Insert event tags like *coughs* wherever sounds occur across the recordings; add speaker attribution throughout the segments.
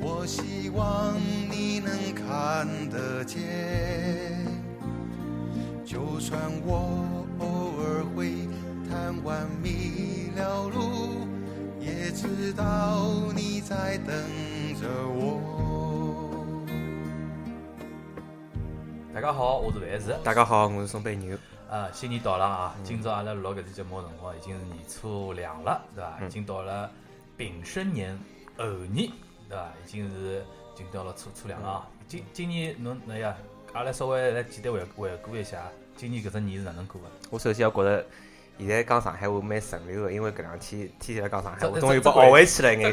Speaker 1: 我希望你能看得见。就算我偶尔会贪玩迷了路，也知道你在等着我。
Speaker 2: 大家好，我是万事。
Speaker 3: 大嗯家好，我是宋贝牛。
Speaker 2: 啊，新年到了啊！今朝阿拉录搿期节目的辰光已经是年初两了，对伐？
Speaker 3: 嗯
Speaker 2: 已经到了丙申年猴年，对伐？已经是已经到了初初两了啊！
Speaker 3: 嗯
Speaker 2: 今今年侬那呀，阿拉稍微来简单回回顾一下，今年搿只年是哪能过
Speaker 3: *laughs*
Speaker 2: 的？
Speaker 3: 我首先我觉着现在讲上海话蛮顺溜的，因为搿两天天天来讲上海
Speaker 2: 这
Speaker 3: 话，
Speaker 2: 这
Speaker 3: 终于
Speaker 2: 这
Speaker 3: 把学回去了一眼。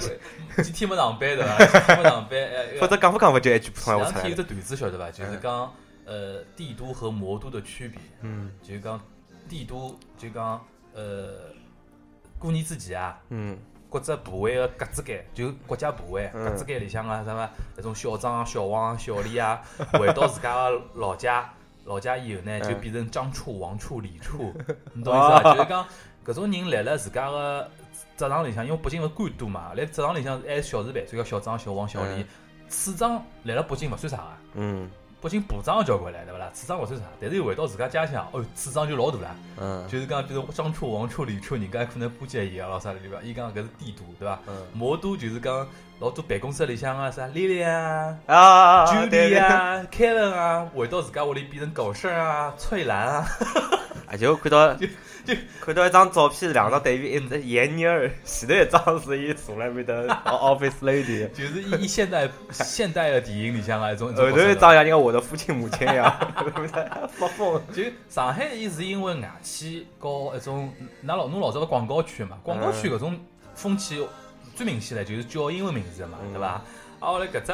Speaker 2: 几天没上班，对伐？几天没上班，哎，
Speaker 3: *laughs* 否则讲不讲不就一句普通
Speaker 2: 前
Speaker 3: 话
Speaker 2: 两
Speaker 3: 出来
Speaker 2: 天有
Speaker 3: 了。
Speaker 2: 只段子晓得伐？就是讲呃，帝都和魔都的区别。
Speaker 3: 嗯
Speaker 2: 就是讲帝都，就讲呃，过年之前啊，
Speaker 3: 嗯
Speaker 2: 各只部委个格子间，就国家部委
Speaker 3: 嗯
Speaker 2: 格子间里向啊，什么那种小张啊、小王啊、小李
Speaker 3: *laughs*
Speaker 2: 啊，回到自家个老家，老家以后呢，
Speaker 3: 嗯啊
Speaker 2: 就变成张处、王处、李
Speaker 3: *laughs*
Speaker 2: 处，你懂意思伐？就是讲搿种人来了自家个职场里向，因为北京个官多嘛，来职场里向还是小事办，所以叫小张、小王、小李
Speaker 3: 嗯。
Speaker 2: 处长来了北京勿算啥个。
Speaker 3: 嗯
Speaker 2: 北京部长也叫过来，对勿啦？处长勿算啥，但是一回到自家家乡，哦，处长就老大了。
Speaker 3: 嗯
Speaker 2: 就是讲，比如张处、王处、李处，人家可能巴结伊啊，老啥对伐？伊讲搿是帝都，对伐？
Speaker 3: 嗯
Speaker 2: 魔都就是讲老多办公室里向啊，啥 Lily 啊、
Speaker 3: 啊
Speaker 2: *laughs* Judy，啊、Kevin 啊，回到自家屋里变成狗剩啊、翠兰啊，
Speaker 3: 而且我看到
Speaker 2: 就就
Speaker 3: 看到一张照片，两张对比，一只闫妮儿，前头一张是伊坐辣面头 *laughs* office lady，
Speaker 2: 就是伊伊现代 *laughs* 现代的电影里向啊，一种一种
Speaker 3: 后头
Speaker 2: 角色
Speaker 3: 一张像人家我的父亲母亲
Speaker 2: *laughs*
Speaker 3: 一样，发疯。
Speaker 2: 就上海，伊是因为外企搞一种，㑚老侬老早个广告区嘛，广告
Speaker 3: 嗯
Speaker 2: 区搿种风气最明显了，就是叫英文名字嘛，
Speaker 3: 嗯
Speaker 2: 对伐？啊，后来搿只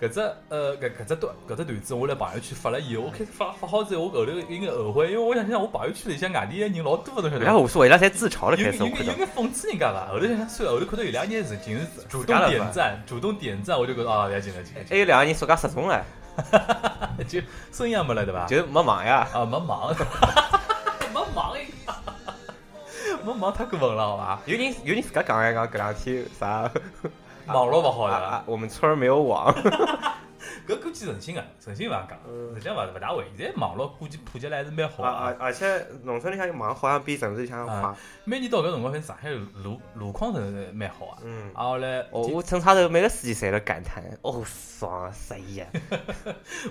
Speaker 2: 搿只呃搿搿只段搿只段子，我辣朋友圈发了以后，我开始发发好之后，我后头有眼后悔，因为我想想我朋友圈里向外地的人老多的，侬晓得伐
Speaker 3: 然后？哎我说，伊拉侪自嘲了，
Speaker 2: 有有
Speaker 3: 开始我
Speaker 2: 有
Speaker 3: 看
Speaker 2: 有有。
Speaker 3: 到
Speaker 2: 眼讽刺人家伐？后头想想算了，后头看到有两件事情是主动
Speaker 3: 自家
Speaker 2: 点
Speaker 3: 了
Speaker 2: 赞，主动点赞，我就觉得啊，勿要紧了，勿要
Speaker 3: 还
Speaker 2: 紧
Speaker 3: 哎有两个人说家失踪了，哎
Speaker 2: 了， *laughs* 就声音也没了，对伐？
Speaker 3: 就是没网呀。
Speaker 2: 啊，
Speaker 3: *laughs*
Speaker 2: 没忙，没忙一个，没忙太过分了，好吧？
Speaker 3: 有人有人自家讲一讲，搿两天啥？
Speaker 2: 网络勿好
Speaker 3: 啊
Speaker 2: 的，
Speaker 3: *laughs* 啊，我们村儿没有网。
Speaker 2: 搿估计诚心个，诚心勿讲，实际上勿勿大会。现在网络估计普及了还是蛮好
Speaker 3: 嗯啊
Speaker 2: 的
Speaker 3: 啊
Speaker 2: 啊。！
Speaker 3: 而且农村里向网好像啊比城市里向快。
Speaker 2: 每年到搿辰光，反正上海路路况真是蛮好啊。
Speaker 3: 嗯，
Speaker 2: 啊，后来
Speaker 3: 哦，
Speaker 2: 我
Speaker 3: 我乘车头每个司机侪辣感叹，哦，爽啊，适意啊！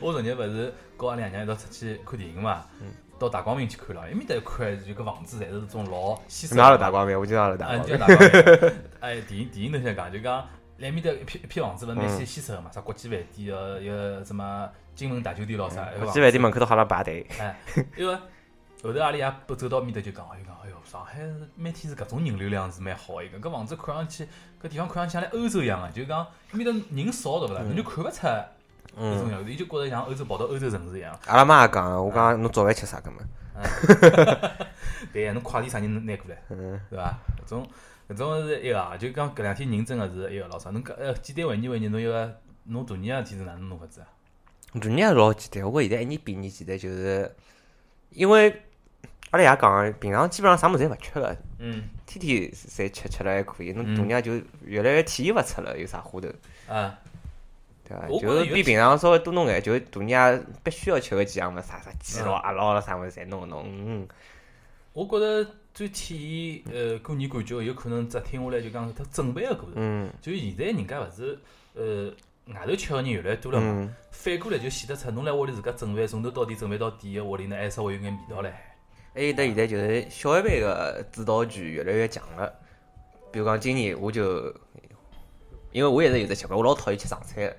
Speaker 2: 我昨日勿是跟阿拉爷娘一道出去看电影嘛
Speaker 3: 嗯，
Speaker 2: 到大光明去看了，一面搭一看就搿房子侪是种老西式的
Speaker 3: 哪有
Speaker 2: 房
Speaker 3: 大光明？我就哪有大
Speaker 2: 啊，
Speaker 3: 光
Speaker 2: 你就
Speaker 3: *laughs* 明。
Speaker 2: 大光明。哎，电影电影头先讲，就讲那面头一片一片房子，勿是蛮
Speaker 3: 嗯
Speaker 2: 先先手个嘛，啥国际饭店呃，有什么金门大酒店咯啥，
Speaker 3: 我
Speaker 2: 对
Speaker 3: 基
Speaker 2: 伐？
Speaker 3: 本店门口都好像排队。
Speaker 2: 哎，因为后头阿拉爷不走到面头就讲，伊讲，哎哟，上海是每天是搿种人流量是蛮好一个，搿房子看上去，搿地方看上去像来欧洲一样个，就讲面头人少对勿啦？侬就看勿出搿种
Speaker 3: 嗯，
Speaker 2: 样子，伊就觉着像欧洲跑到欧洲城市一样。
Speaker 3: 阿拉妈也讲，我讲侬早饭吃啥个嘛？
Speaker 2: 对，侬快点啥人拿拿过来，
Speaker 3: 嗯
Speaker 2: 对伐？搿种搿种是一个啊，就讲搿两天人真个是一个老啥，侬讲呃简单回忆回忆，侬一个侬大年夜天是哪能弄法子啊？
Speaker 3: 大年也老简单，我觉得现在一年比一年简单，就是因为阿拉爷讲，啊平常基本上啥物事侪勿吃了，
Speaker 2: 嗯
Speaker 3: 天天侪吃吃了还可以。侬
Speaker 2: 嗯
Speaker 3: 大年就越来越体现勿出了有啥花头。
Speaker 2: 啊，
Speaker 3: 对伐
Speaker 2: 我？觉
Speaker 3: 就
Speaker 2: 得
Speaker 3: 是
Speaker 2: 有
Speaker 3: 比平常稍微多弄眼，就是大年必须要吃个几样么啥啥鸡肉、
Speaker 2: 嗯
Speaker 3: 鸭肉了啥么子侪弄弄。嗯，
Speaker 2: 我觉着最体现呃过年感觉，有可能只听下来就讲他准备个过程，
Speaker 3: 嗯
Speaker 2: 就现在人家勿是呃。外头吃个人越来越多了嘛，
Speaker 3: 嗯，
Speaker 2: 反过来就显得出侬来屋里自家准备，从头到底准备到底个屋里呢，还稍微有眼味道唻。
Speaker 3: 还有得现在就是小一辈个指导权越来越强了。比如讲今年我就，因为我现在有只习惯，我老讨厌吃上菜的。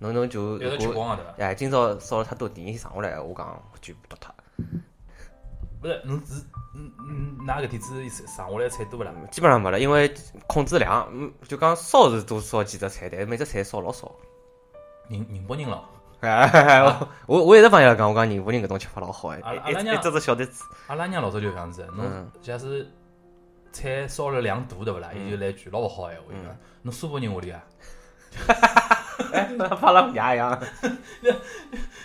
Speaker 3: 侬侬就
Speaker 2: 有
Speaker 3: 如
Speaker 2: 的吃
Speaker 3: 果
Speaker 2: 光个对伐？
Speaker 3: 哎今朝烧了太多，第二天上下来我讲我全部丢脱。
Speaker 2: 勿是，侬是嗯嗯，㑚搿天子上下来菜多勿啦？
Speaker 3: 基本上没了，因为控制量，嗯，就讲烧是多烧几只菜，但是每只菜烧老少。
Speaker 2: 宁宁波人咯，
Speaker 3: 哎，我我我一直帮伊拉讲，我讲宁波人搿种吃法老好哎
Speaker 2: 阿拉，阿
Speaker 3: 一
Speaker 2: 拉娘
Speaker 3: 一只只小的子，
Speaker 2: 阿拉娘老早就搿样子，侬
Speaker 3: 嗯
Speaker 2: 假使菜烧了两大，对勿啦？伊就来句老勿好闲话，伊讲侬苏北人屋里啊，
Speaker 3: 哎， *laughs* 怕拉爷一样。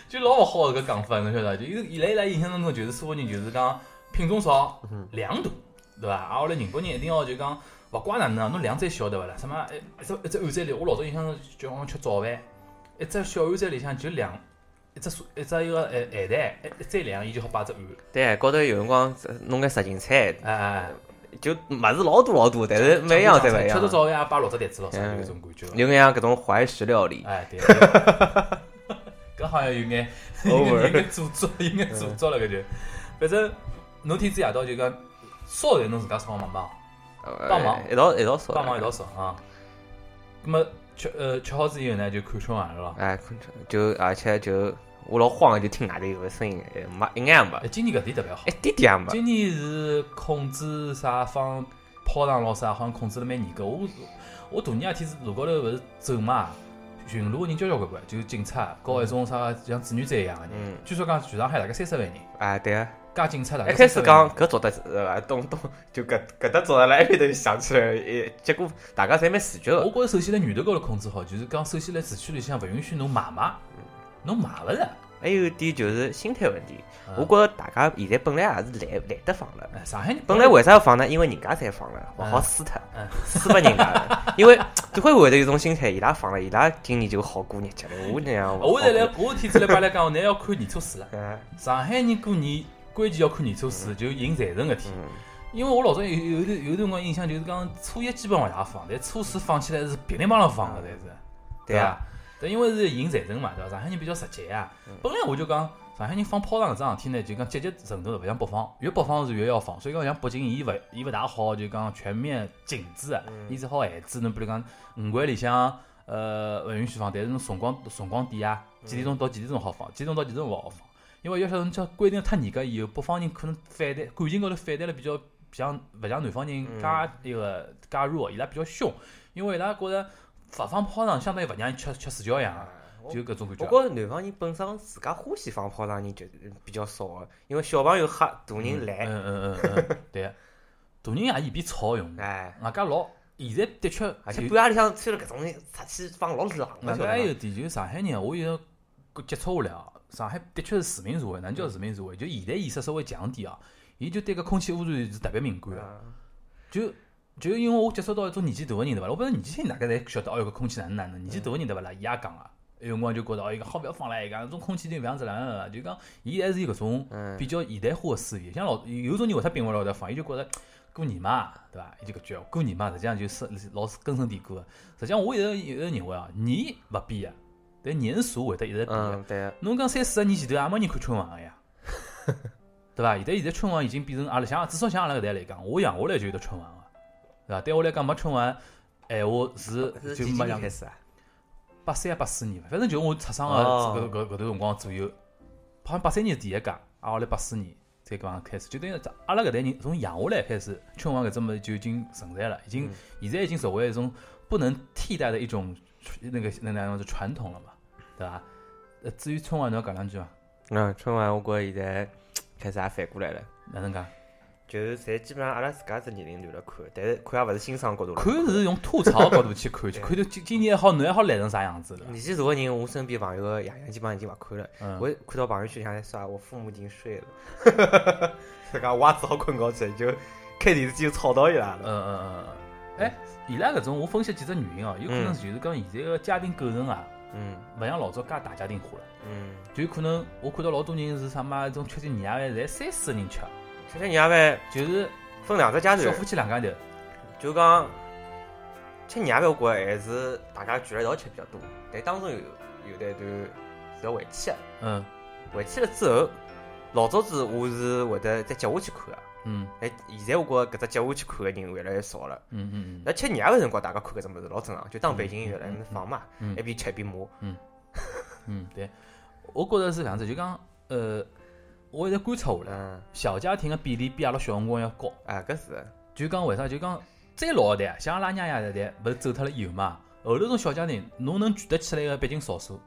Speaker 2: 就老勿好搿讲法，侬晓得伐？就伊伊来伊拉印象当中就是苏北人就是讲品种少，量大，对伐？啊，我来宁波人一定要就讲勿怪哪能啊，侬量再小对勿啦？什么哎一只一只碗仔里，我老早印象中就好像吃早饭，一只小碗仔里向就两一只蔬一只一个哎咸蛋，一一再两伊就好摆只碗，
Speaker 3: 对，高头有辰光呃弄眼十斤菜，
Speaker 2: 哎哎。哎
Speaker 3: 就物事老多老多，但是每样侪勿一
Speaker 2: 吃着
Speaker 3: 样。
Speaker 2: 早饭也摆六只碟子咯，啥就搿种感觉。
Speaker 3: 有眼像搿种怀石料 *laughs* 理，
Speaker 2: 哎，对。对 *laughs* 搿好像有眼 *laughs* 有眼
Speaker 3: Over
Speaker 2: 有眼做作，有眼做作了搿就。反正侬天子夜到就讲烧饭，侬自家烧帮忙，
Speaker 3: 呃
Speaker 2: 帮忙
Speaker 3: 一道一道烧，
Speaker 2: 帮忙一道。烧啊。那么吃呃吃好之以后呢，就看春晚了咯。
Speaker 3: 哎，就而且就我老慌，就听外头有个声音，哎没一眼也没
Speaker 2: 哎，，嗯今年搿点特别好
Speaker 3: 一。点点也没。
Speaker 2: 今年是控制啥放炮仗咯啥，好像控制了蛮严格。我我大年夜天是路高头勿是走嘛，巡逻的人交交关关，就是警察搞一种啥像志愿者一样的人。
Speaker 3: 嗯，
Speaker 2: 据说讲全上海大概三十万人，
Speaker 3: 哎对啊，
Speaker 2: 加警察大概
Speaker 3: 一开始
Speaker 2: 30万
Speaker 3: 讲
Speaker 2: 人
Speaker 3: 搿做得呃东东，就搿搿搭做得来，埃边头就想起来，哎，结果大家侪蛮自觉
Speaker 2: 我
Speaker 3: 的。
Speaker 2: 觉着首先辣源头高头控制好，就是讲首先辣市区里向勿允许侬买卖，
Speaker 3: 嗯
Speaker 2: 侬买勿着。
Speaker 3: 还有一点就是心态问题，
Speaker 2: 嗯
Speaker 3: 我觉着大家现在本来也是懒懒得放了。
Speaker 2: 哎，上海人
Speaker 3: 本来为啥要放呢？因为人家才放了，勿好撕脱
Speaker 2: 嗯，
Speaker 3: 撕拨人家了。因为总会会得有一种心态，伊拉放了，伊拉今年就好过日节了。我那样，
Speaker 2: 哦我现在来，我天子来帮来讲，㑚要看年初四了。
Speaker 3: 嗯，
Speaker 2: 上海人过年关键要看年初四，就迎财神搿天
Speaker 3: 嗯。
Speaker 2: 因为我老早有有有有辰光印象就是讲初一基本往下放，但初四放起来是别里帮啷
Speaker 3: 嗯
Speaker 2: 放的，才是。
Speaker 3: 对
Speaker 2: 伐
Speaker 3: 啊，？
Speaker 2: 但因为是迎财神嘛，对伐？上海人比较直接啊。
Speaker 3: 嗯
Speaker 2: 本来我就讲上海人放炮仗搿桩事体呢，就讲积极程度勿像北方，越北方是越要放。所以讲像北京，伊勿伊勿大好，就讲全面禁止啊，
Speaker 3: 嗯
Speaker 2: 伊只好限制。侬比如讲五环里向，呃，勿允许放，但是侬辰光辰光点啊，几点钟到几点钟好放，几点钟到几点钟勿好放。因为要晓得侬叫规定太严格以后，北方人可能反弹，感情高头反弹了比较不像勿像南方人
Speaker 3: 嗯
Speaker 2: 加一个加弱，伊拉比较凶，因为伊拉觉着勿放炮仗相当于勿让伊吃吃水饺一样，就搿种感
Speaker 3: 不
Speaker 2: 觉。
Speaker 3: 过南方人本身自家欢喜放炮仗人就比较少的，因为小朋友吓大人懒。
Speaker 2: 嗯嗯嗯嗯，对，大人也以便吵用，
Speaker 3: 哎，
Speaker 2: 外加老现在的确
Speaker 3: 而且
Speaker 2: 有，
Speaker 3: 半夜里向穿了搿种出去放老冷
Speaker 2: 外
Speaker 3: 的，晓
Speaker 2: 加还
Speaker 3: 得
Speaker 2: 有
Speaker 3: 吗？
Speaker 2: 点就是上海人，啊我有接触下来啊，上海的确是市民社会，哪能叫市民社会？就现代意识稍微强点啊，伊就对搿空气污染是特别敏感的。
Speaker 3: 嗯
Speaker 2: 就就因为我接触到一种年纪大个人对伐？我本来年纪轻大家侪晓得哦，哟搿空气哪能哪能，年纪大个人对伐啦？伊也讲啊，有辰光就觉得哦，伊讲好勿要放了，伊讲搿种空气就搿样子啦，哪能哪能就讲伊还是有搿种
Speaker 3: 嗯
Speaker 2: 比较现代化个思维。像老有种人为啥并勿老得放，伊就觉着过年嘛，对伐？伊就搿句哦过年嘛，实际上就是老是根深蒂固个。实际上我一直一直认为啊，年勿变个，但年数会得一直变个。
Speaker 3: 嗯，对啊，
Speaker 2: 侬讲三四十年前头也没人看春晚个呀， *laughs* 对伐？现在现在春晚已经变成阿拉像啊至少像阿拉搿代来讲，我养下来就有得春晚个，对伐？对我来讲没春晚，闲话是就
Speaker 3: 是几几
Speaker 2: 没
Speaker 3: 年
Speaker 2: 像
Speaker 3: 开始啊？
Speaker 2: 八三啊八四年吧，反正就我出生个
Speaker 3: 哦
Speaker 2: 搿搿搿段辰光左右，好像八三年是第一届，啊后来八四年才搿样开始，就等于咱阿拉搿代人从养下来开始，春晚搿只物事就已经存在了，已
Speaker 3: 嗯
Speaker 2: 经现在已经成为一种不能替代的一种那个那那样子传统了嘛，对伐？呃，至于春晚，侬要讲两句啊伐？
Speaker 3: 嗯，春晚我觉着现在开始也反过来了。
Speaker 2: 哪能讲？
Speaker 3: 就是侪基本上阿拉自家只年龄段来看，但是看也勿是欣赏角度来
Speaker 2: 看是用吐槽角度去看，
Speaker 3: *laughs*
Speaker 2: 去看到今今年还好，侬还好来成啥样子了？
Speaker 3: 年纪大个人，我身边朋友个爷娘基本上已经勿看了。
Speaker 2: 嗯
Speaker 3: 嗯我看到朋友圈里向在说啊，我父母已经睡了， *laughs* 自家我也只好困觉去，就开电视机就吵到伊拉
Speaker 2: 嗯
Speaker 3: 了。
Speaker 2: 嗯嗯嗯。哎，伊拉搿种，我分析几只原因哦，有可能
Speaker 3: 嗯
Speaker 2: 就是讲现在个家庭构成啊，
Speaker 3: 嗯
Speaker 2: 勿像老早介大家庭化了，
Speaker 3: 嗯，
Speaker 2: 就有可能我看到老多人是啥嘛，种吃起年夜饭侪三四个人吃，
Speaker 3: 吃年夜饭
Speaker 2: 就是
Speaker 3: 分两只阶
Speaker 2: 小
Speaker 3: 段，
Speaker 2: 夫妻两家头。
Speaker 3: 就讲吃年夜饭，我觉着还是大家聚辣一道吃比较多，但当中有有的一段是要回去的，
Speaker 2: 嗯
Speaker 3: 回去了之后，老早子我是会得再接下去看个。
Speaker 2: 嗯
Speaker 3: 哎，现在我觉着搿只接下去看个人越来越少了。
Speaker 2: 嗯嗯嗯。
Speaker 3: 那吃年夜饭辰光，大家看搿只物事老正常，就当背景音乐来
Speaker 2: 嗯嗯嗯
Speaker 3: 放嘛，
Speaker 2: 嗯
Speaker 3: 一边吃一边骂。
Speaker 2: 嗯，对，我觉着是搿样子，就讲呃，我一直观察下来，
Speaker 3: 嗯，
Speaker 2: 小家庭个比例比阿拉小辰光要高。
Speaker 3: 啊，搿是，
Speaker 2: 就讲为啥？就讲再老一代，像阿拉娘爷搿代，勿是走脱了以后嘛，后头种小家庭，侬能聚得起来个毕竟少数。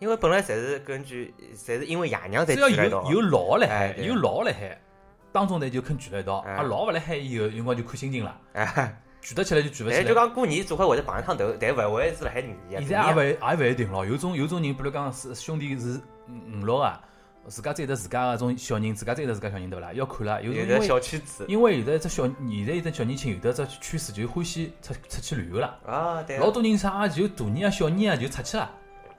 Speaker 3: 因为本来侪是根据，侪是因为爷娘才
Speaker 2: 只要
Speaker 3: 聚在一道
Speaker 2: 啊有有
Speaker 3: 嘛。
Speaker 2: 老辣
Speaker 3: 哎
Speaker 2: 海，
Speaker 3: 对
Speaker 2: 有老辣海，当中呢就肯聚辣一道，
Speaker 3: 哎
Speaker 2: 啊老勿辣海以后，有辰光就看心情了，
Speaker 3: 哎，
Speaker 2: 聚得起来就聚勿
Speaker 3: 但
Speaker 2: 起
Speaker 3: 是就
Speaker 2: 来。
Speaker 3: 讲过年总归会得碰一趟头，但勿会是辣海年夜。
Speaker 2: 现在也勿也勿一定咯，有种有种人，比如讲是兄弟是五五六啊，自家追得自家个种小人，自家追得自家小人对勿啦？要看啦，有种
Speaker 3: 有
Speaker 2: 因
Speaker 3: 的
Speaker 2: 为
Speaker 3: 小圈子
Speaker 2: 因为现在只小现在有只小年轻，有的只趋势就欢喜出出去旅游啦。
Speaker 3: 啊，对啊。
Speaker 2: 老多人啥就大年啊、小年啊就出去了，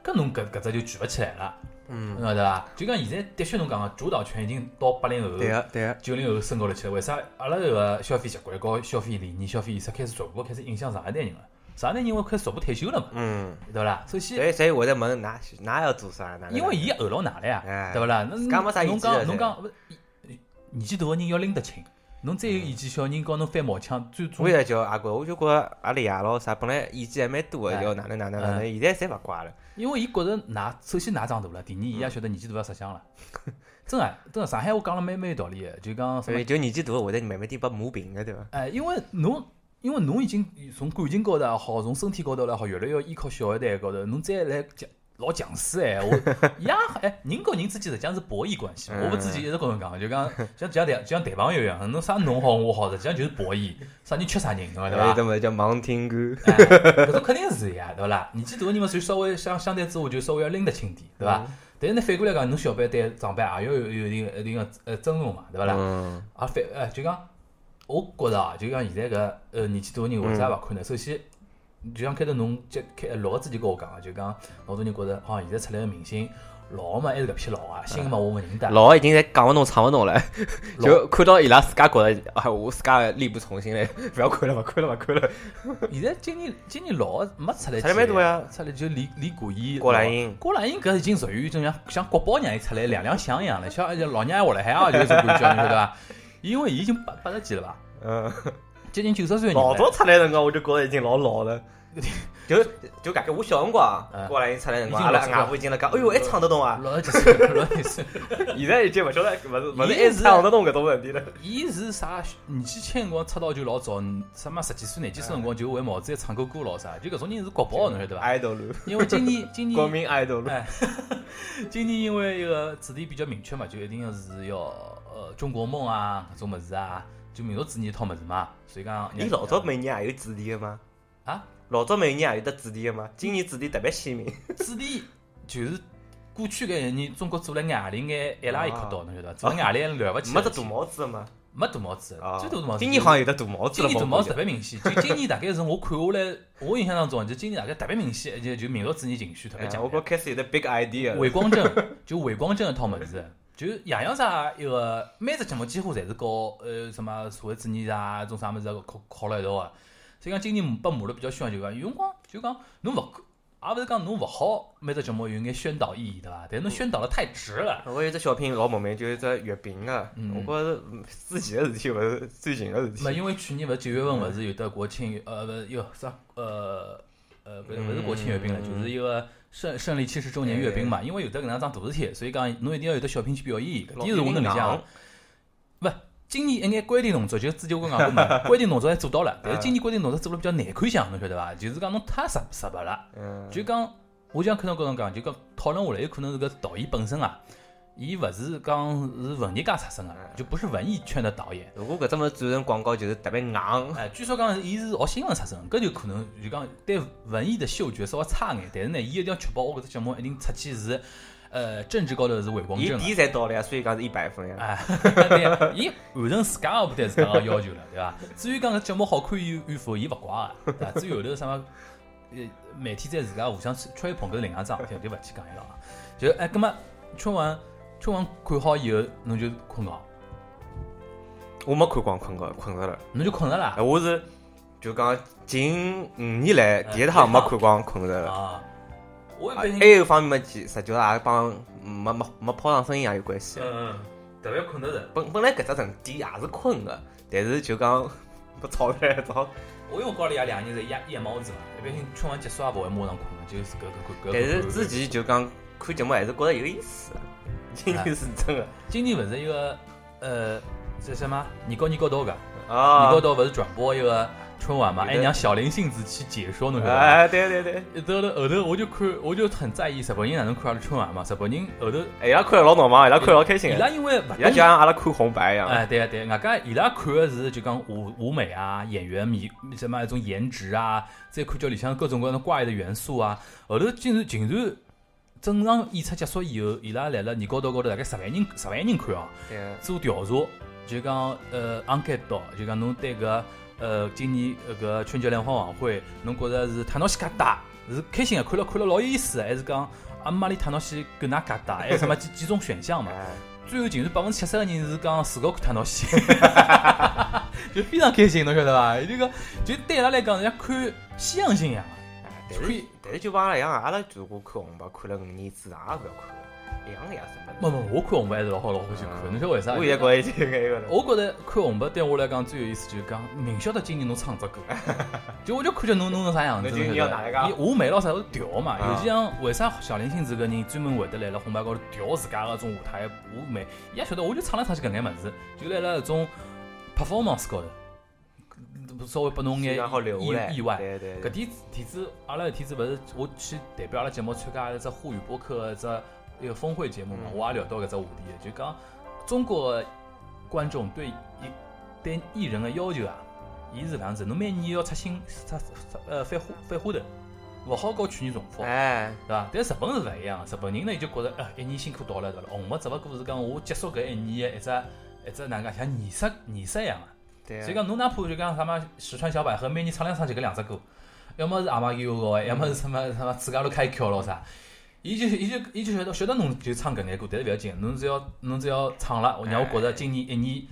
Speaker 2: 搿侬搿搿只就聚勿起来了，
Speaker 3: 嗯，
Speaker 2: 晓得伐？就讲现在的确侬讲个主导权已经到八零后、
Speaker 3: 对啊个对个。
Speaker 2: 九零后身高头去了，为啥阿拉搿个消费习惯、和消费理念、消费意识开始逐步开始影响上一代人了？上一代人会开始逐步退休了嘛，
Speaker 3: 嗯，
Speaker 2: 对伐啦？首先，
Speaker 3: 所以所以会得问㑚㑚要做啥？哪能
Speaker 2: 因为伊后牢㑚了
Speaker 3: 哎
Speaker 2: 呀，啊对伐啦？那
Speaker 3: 自家没啥
Speaker 2: 侬
Speaker 3: 意见了
Speaker 2: 讲侬讲，勿是年纪大个人要拎得清，侬再有意见，小人告侬翻毛腔，最终
Speaker 3: 嗯我也叫阿哥，我就觉着阿拉爷老啥，本来意见还蛮多个，
Speaker 2: 哎
Speaker 3: 要哪能哪能哪能，现在侪勿怪了。
Speaker 2: 因为伊觉着㑚首先㑚长大了，第二伊
Speaker 3: 嗯
Speaker 2: 也晓得年纪大要识相了。真个，真个，上海我讲了蛮蛮有道理个，就讲什
Speaker 3: 所以
Speaker 2: 么？
Speaker 3: 就年纪大会得慢慢点被磨平个，对伐？
Speaker 2: 哎，因为侬，因为侬已经从感情高头也好，从身体高头也好，越来越依靠小一代高头，侬再来讲老强势哎，我伊也哎，人跟人之间实际上是博弈关系。
Speaker 3: 嗯
Speaker 2: 我们之前一直跟侬讲，就讲像就像谈就像谈朋友一样，侬啥侬好我好，实际上就是博弈，啥人缺啥人，侬晓得伐
Speaker 3: 有？哎得么叫盲听歌。
Speaker 2: 哎，搿种肯定是呀，对伐啦？年纪大个人嘛，就稍微相相对之下就稍微要拎得清点，对伐？但是呢，反过来讲，侬小辈对长辈也要有有一定一定个呃尊重嘛，对伐啦？
Speaker 3: 嗯，
Speaker 2: 啊反呃就讲，我觉着啊，就讲现在搿呃年纪大个人为啥
Speaker 3: 嗯
Speaker 2: 勿看呢？首先，就像开头侬接开老个之前跟我讲个，就讲老多人觉着，好像现在出来个明星，老个嘛还是搿批老个，新个嘛我勿认得。
Speaker 3: 老的已经侪讲勿动、唱勿动了，
Speaker 2: 老
Speaker 3: *laughs* 就看到伊拉自家觉着，哎，我自家力不从心了，勿要看了，勿看了，勿看了。
Speaker 2: 现在今年今年老个没出来几
Speaker 3: 出
Speaker 2: 个，
Speaker 3: 来蛮多呀
Speaker 2: 出来就李李谷一、
Speaker 3: 郭兰英
Speaker 2: 郭兰英搿已经属于一种像像国宝让伊出来亮亮相一样了，像老娘还活辣海啊，就是这种感觉，你晓得伐？因为伊已经八八十几了吧，
Speaker 3: 嗯，
Speaker 2: 接近九十岁的人
Speaker 3: 老
Speaker 2: 了。
Speaker 3: 早出来的辰光，我就觉着已经老
Speaker 2: *laughs*
Speaker 3: 老了。就就感觉我小辰光
Speaker 2: 嗯
Speaker 3: 郭兰英出来的辰光，
Speaker 2: 已
Speaker 3: 阿
Speaker 2: 经
Speaker 3: 拉
Speaker 2: 老
Speaker 3: 外婆已经辣讲，哎哟，还唱得
Speaker 2: *laughs*
Speaker 3: 动啊！
Speaker 2: 老几岁，老几岁，
Speaker 3: 现在已经勿晓得，勿是勿是
Speaker 2: 伊
Speaker 3: 还
Speaker 2: 是
Speaker 3: 唱得动搿种问题了。
Speaker 2: 伊是啥？年纪轻辰光出道就老早，什么十几岁、廿几岁辰光就为毛子唱过歌咯啥，就搿种人是国宝，侬晓得伐？
Speaker 3: idol 路
Speaker 2: 因为今
Speaker 3: *laughs*
Speaker 2: 年今
Speaker 3: 哎国
Speaker 2: 年
Speaker 3: 民 idol 路
Speaker 2: 哎今年因为一个主题比较明确嘛，就一定要是要呃中国梦啊搿种物事啊，就民族主义一套物事嘛，所以讲
Speaker 3: 伊老早每年也有主题的吗？
Speaker 2: 啊，
Speaker 3: 老早每年也有得主题的吗？今年主题特别鲜明。
Speaker 2: 主题就是过去搿一年中国做了眼里眼一拉一块到，侬晓得伐？做了眼里
Speaker 3: *laughs*
Speaker 2: 聊勿起来
Speaker 3: 啊
Speaker 2: 了，
Speaker 3: 没得大帽子的吗？
Speaker 2: 没大帽子，
Speaker 3: 啊
Speaker 2: 最多大帽子。
Speaker 3: 今年好像有得大帽子
Speaker 2: 今
Speaker 3: 了。
Speaker 2: 年大
Speaker 3: 我
Speaker 2: 帽
Speaker 3: 感
Speaker 2: 子特
Speaker 3: 觉
Speaker 2: 别明显，就今年大概是我看下来，我印象当中就今年大概特别明显，就就民族主义情绪特别
Speaker 3: 哎
Speaker 2: 强
Speaker 3: 我
Speaker 2: 烈。
Speaker 3: 觉开始有得 big idea 了。
Speaker 2: 伪光
Speaker 3: *laughs*
Speaker 2: 正，就伪光正一套么子，就样样啥一个每只节目几乎侪是搞呃什么社会主义啊，种啥么子考考了一道个。所以讲今年被骂了比较凶，啊就讲有辰光就讲侬勿也勿是讲侬勿好每只节目有眼宣导意义对伐？但是侬宣导了太直了。
Speaker 3: 我有只小品老莫名，就是只月饼啊，
Speaker 2: 嗯
Speaker 3: 我觉着之前的事体勿是最近的事
Speaker 2: 没，
Speaker 3: 体。
Speaker 2: 因为去年勿是九月份勿是有得国庆呃勿是有啥呃呃勿是勿是国庆阅兵了，就是一个胜胜利七十周年阅兵嘛。因为有得搿能桩大事体，所以讲侬一定要有得小品去表演。搿点是我能理解
Speaker 3: 老
Speaker 2: 个
Speaker 3: 兵。
Speaker 2: 勿，今年一眼关键动作，就是之前我讲过嘛，关键动作还做到了，但是今年关键动作做了比较难看相，侬晓得伐？就是讲侬太直直白了，
Speaker 3: 嗯，
Speaker 2: 就讲我像看到跟侬讲，就讲讨论下来，有可能是搿导演本身啊，伊勿是讲是文艺界出身个，就不是文艺圈的导演。
Speaker 3: 如果搿只么做成广告，就是特别硬。
Speaker 2: 哎，据说讲伊是学新闻出身，搿就可能就讲对文艺的嗅觉稍微差眼，但是呢，伊一定要确保我搿只节目一定出去是，呃，政治高头是伪光
Speaker 3: 伊
Speaker 2: 正的。啊
Speaker 3: 底侪到了呀，所以讲是一百分呀。
Speaker 2: 哎，对，伊完成自家个对自家个要求了，对伐？至于讲搿节目好看与与否，伊勿怪个，对伐？至于后头什么，呃，媒体在自家互相吹捧搿是另外一桩事体，就勿去讲伊了啊。就哎，葛末春晚春晚看好以后，侬就困觉，
Speaker 3: 我没看光困觉，困着了。
Speaker 2: 侬就困着
Speaker 3: 哎，
Speaker 2: 啦
Speaker 3: 我是就讲近五年来
Speaker 2: 哎
Speaker 3: 第一趟没看光困着了。
Speaker 2: 啊。我一
Speaker 3: 啊
Speaker 2: 般性
Speaker 3: 还，有一方面嘛，其实际上也帮没没没跑上声音也有关系。
Speaker 2: 嗯，特别困得着。
Speaker 3: 本本来搿只成绩也是困的，但是就讲 *laughs* 被吵出来早。
Speaker 2: 我因为屋里也两个人是夜夜猫子嘛，一般性春晚结束也勿会马上困的，就是搿搿搿搿。
Speaker 3: 但是之前就讲看节目还是觉得有意思，今
Speaker 2: 哎
Speaker 3: 年是真的
Speaker 2: 今年勿是一个呃，这什么？你高你高道个。年
Speaker 3: 啊
Speaker 2: 高。头勿是转播一个春晚嘛，
Speaker 3: 有
Speaker 2: 还
Speaker 3: 的
Speaker 2: 让小林幸子去解说侬晓得伐？
Speaker 3: 哎，对对对，
Speaker 2: 后头后头我就看，我就很在意日本人哪能看阿拉春晚嘛。日本人后头
Speaker 3: 哎，伊拉看得老闹忙，伊拉看得老开心
Speaker 2: 伊
Speaker 3: 的，
Speaker 2: 拉因为勿
Speaker 3: 啊伊拉
Speaker 2: 懂，
Speaker 3: 就像阿拉看红白一样。
Speaker 2: 哎，对啊对啊，外加伊拉看的是就讲舞舞美啊、演员迷什么一种颜值啊，再看叫里向各种各样的怪异的元素啊。后头竟然竟然整场演出结束以后，伊拉来了年高头高头大概十万人十万人看哦。
Speaker 3: 对啊
Speaker 2: 做调查，就讲呃 enquête 到，就讲侬对搿呃今年呃搿春节联欢晚会，侬觉着是塔诺西嘎达是开心个，看了看了老有意思的，还是讲阿玛里塔诺西够哪嘎达，还有什么几几种选项嘛？
Speaker 3: 哎
Speaker 2: 最后竟然百分之七十个人是讲自家看塔诺西， *laughs* 就非常开心，侬晓得伐？这个就对伊拉来讲，人家看西洋信仰，
Speaker 3: 哎但是但是就帮阿拉一样，啊阿拉如果看红白看了五年之上也勿要看了，一样的呀，什么
Speaker 2: 没
Speaker 3: 的。
Speaker 2: 没，我看红白还是老好老欢喜看，侬晓得为啥？
Speaker 3: 啊我现在觉得这个一个了。
Speaker 2: 我觉得看红白对我来讲最有意思就是讲，明晓得今年侬唱只歌， *laughs* 就我就看叫侬弄成啥样子。
Speaker 3: 那今年
Speaker 2: 侬晓
Speaker 3: 要
Speaker 2: 得
Speaker 3: 哪一个
Speaker 2: 伊我没老啥都调嘛，
Speaker 3: 啊
Speaker 2: 尤其像为啥小林星这个人专门会得来了红白高头调自家个种舞台舞美，伊也晓得我就唱来唱去搿眼物事，就来了搿种 performance 高头，稍微拨侬眼
Speaker 3: 然后留下来，
Speaker 2: 意意外。
Speaker 3: 对对
Speaker 2: 搿
Speaker 3: 对，
Speaker 2: 天天子，阿拉搿天子勿是我去代表阿拉节目参加一只沪语播客的一只一个峰会节目嘛，
Speaker 3: 嗯
Speaker 2: 我也聊到搿只话题，就讲中国观众对艺对艺人的要求啊，伊是搿样子，侬每年要出新出出呃翻花翻花头，勿好搞去年重复。
Speaker 3: 哎，
Speaker 2: 对伐？但日本是勿一样，日本人呢就觉着，呃，一年辛苦到了，对伐？红白只勿过是讲我结束搿一年的一只一只哪能讲像仪式仪式一样啊。
Speaker 3: 对啊。
Speaker 2: 所以讲，侬哪怕就讲什么四川小百合，每年唱来唱去搿两只歌，要么是阿玛吉欧高，要么是什么什么自家都开窍咯啥。伊就伊就伊就晓得晓得侬就唱搿眼歌，但是勿要紧，侬只要侬只要唱了，让我觉着今年一年，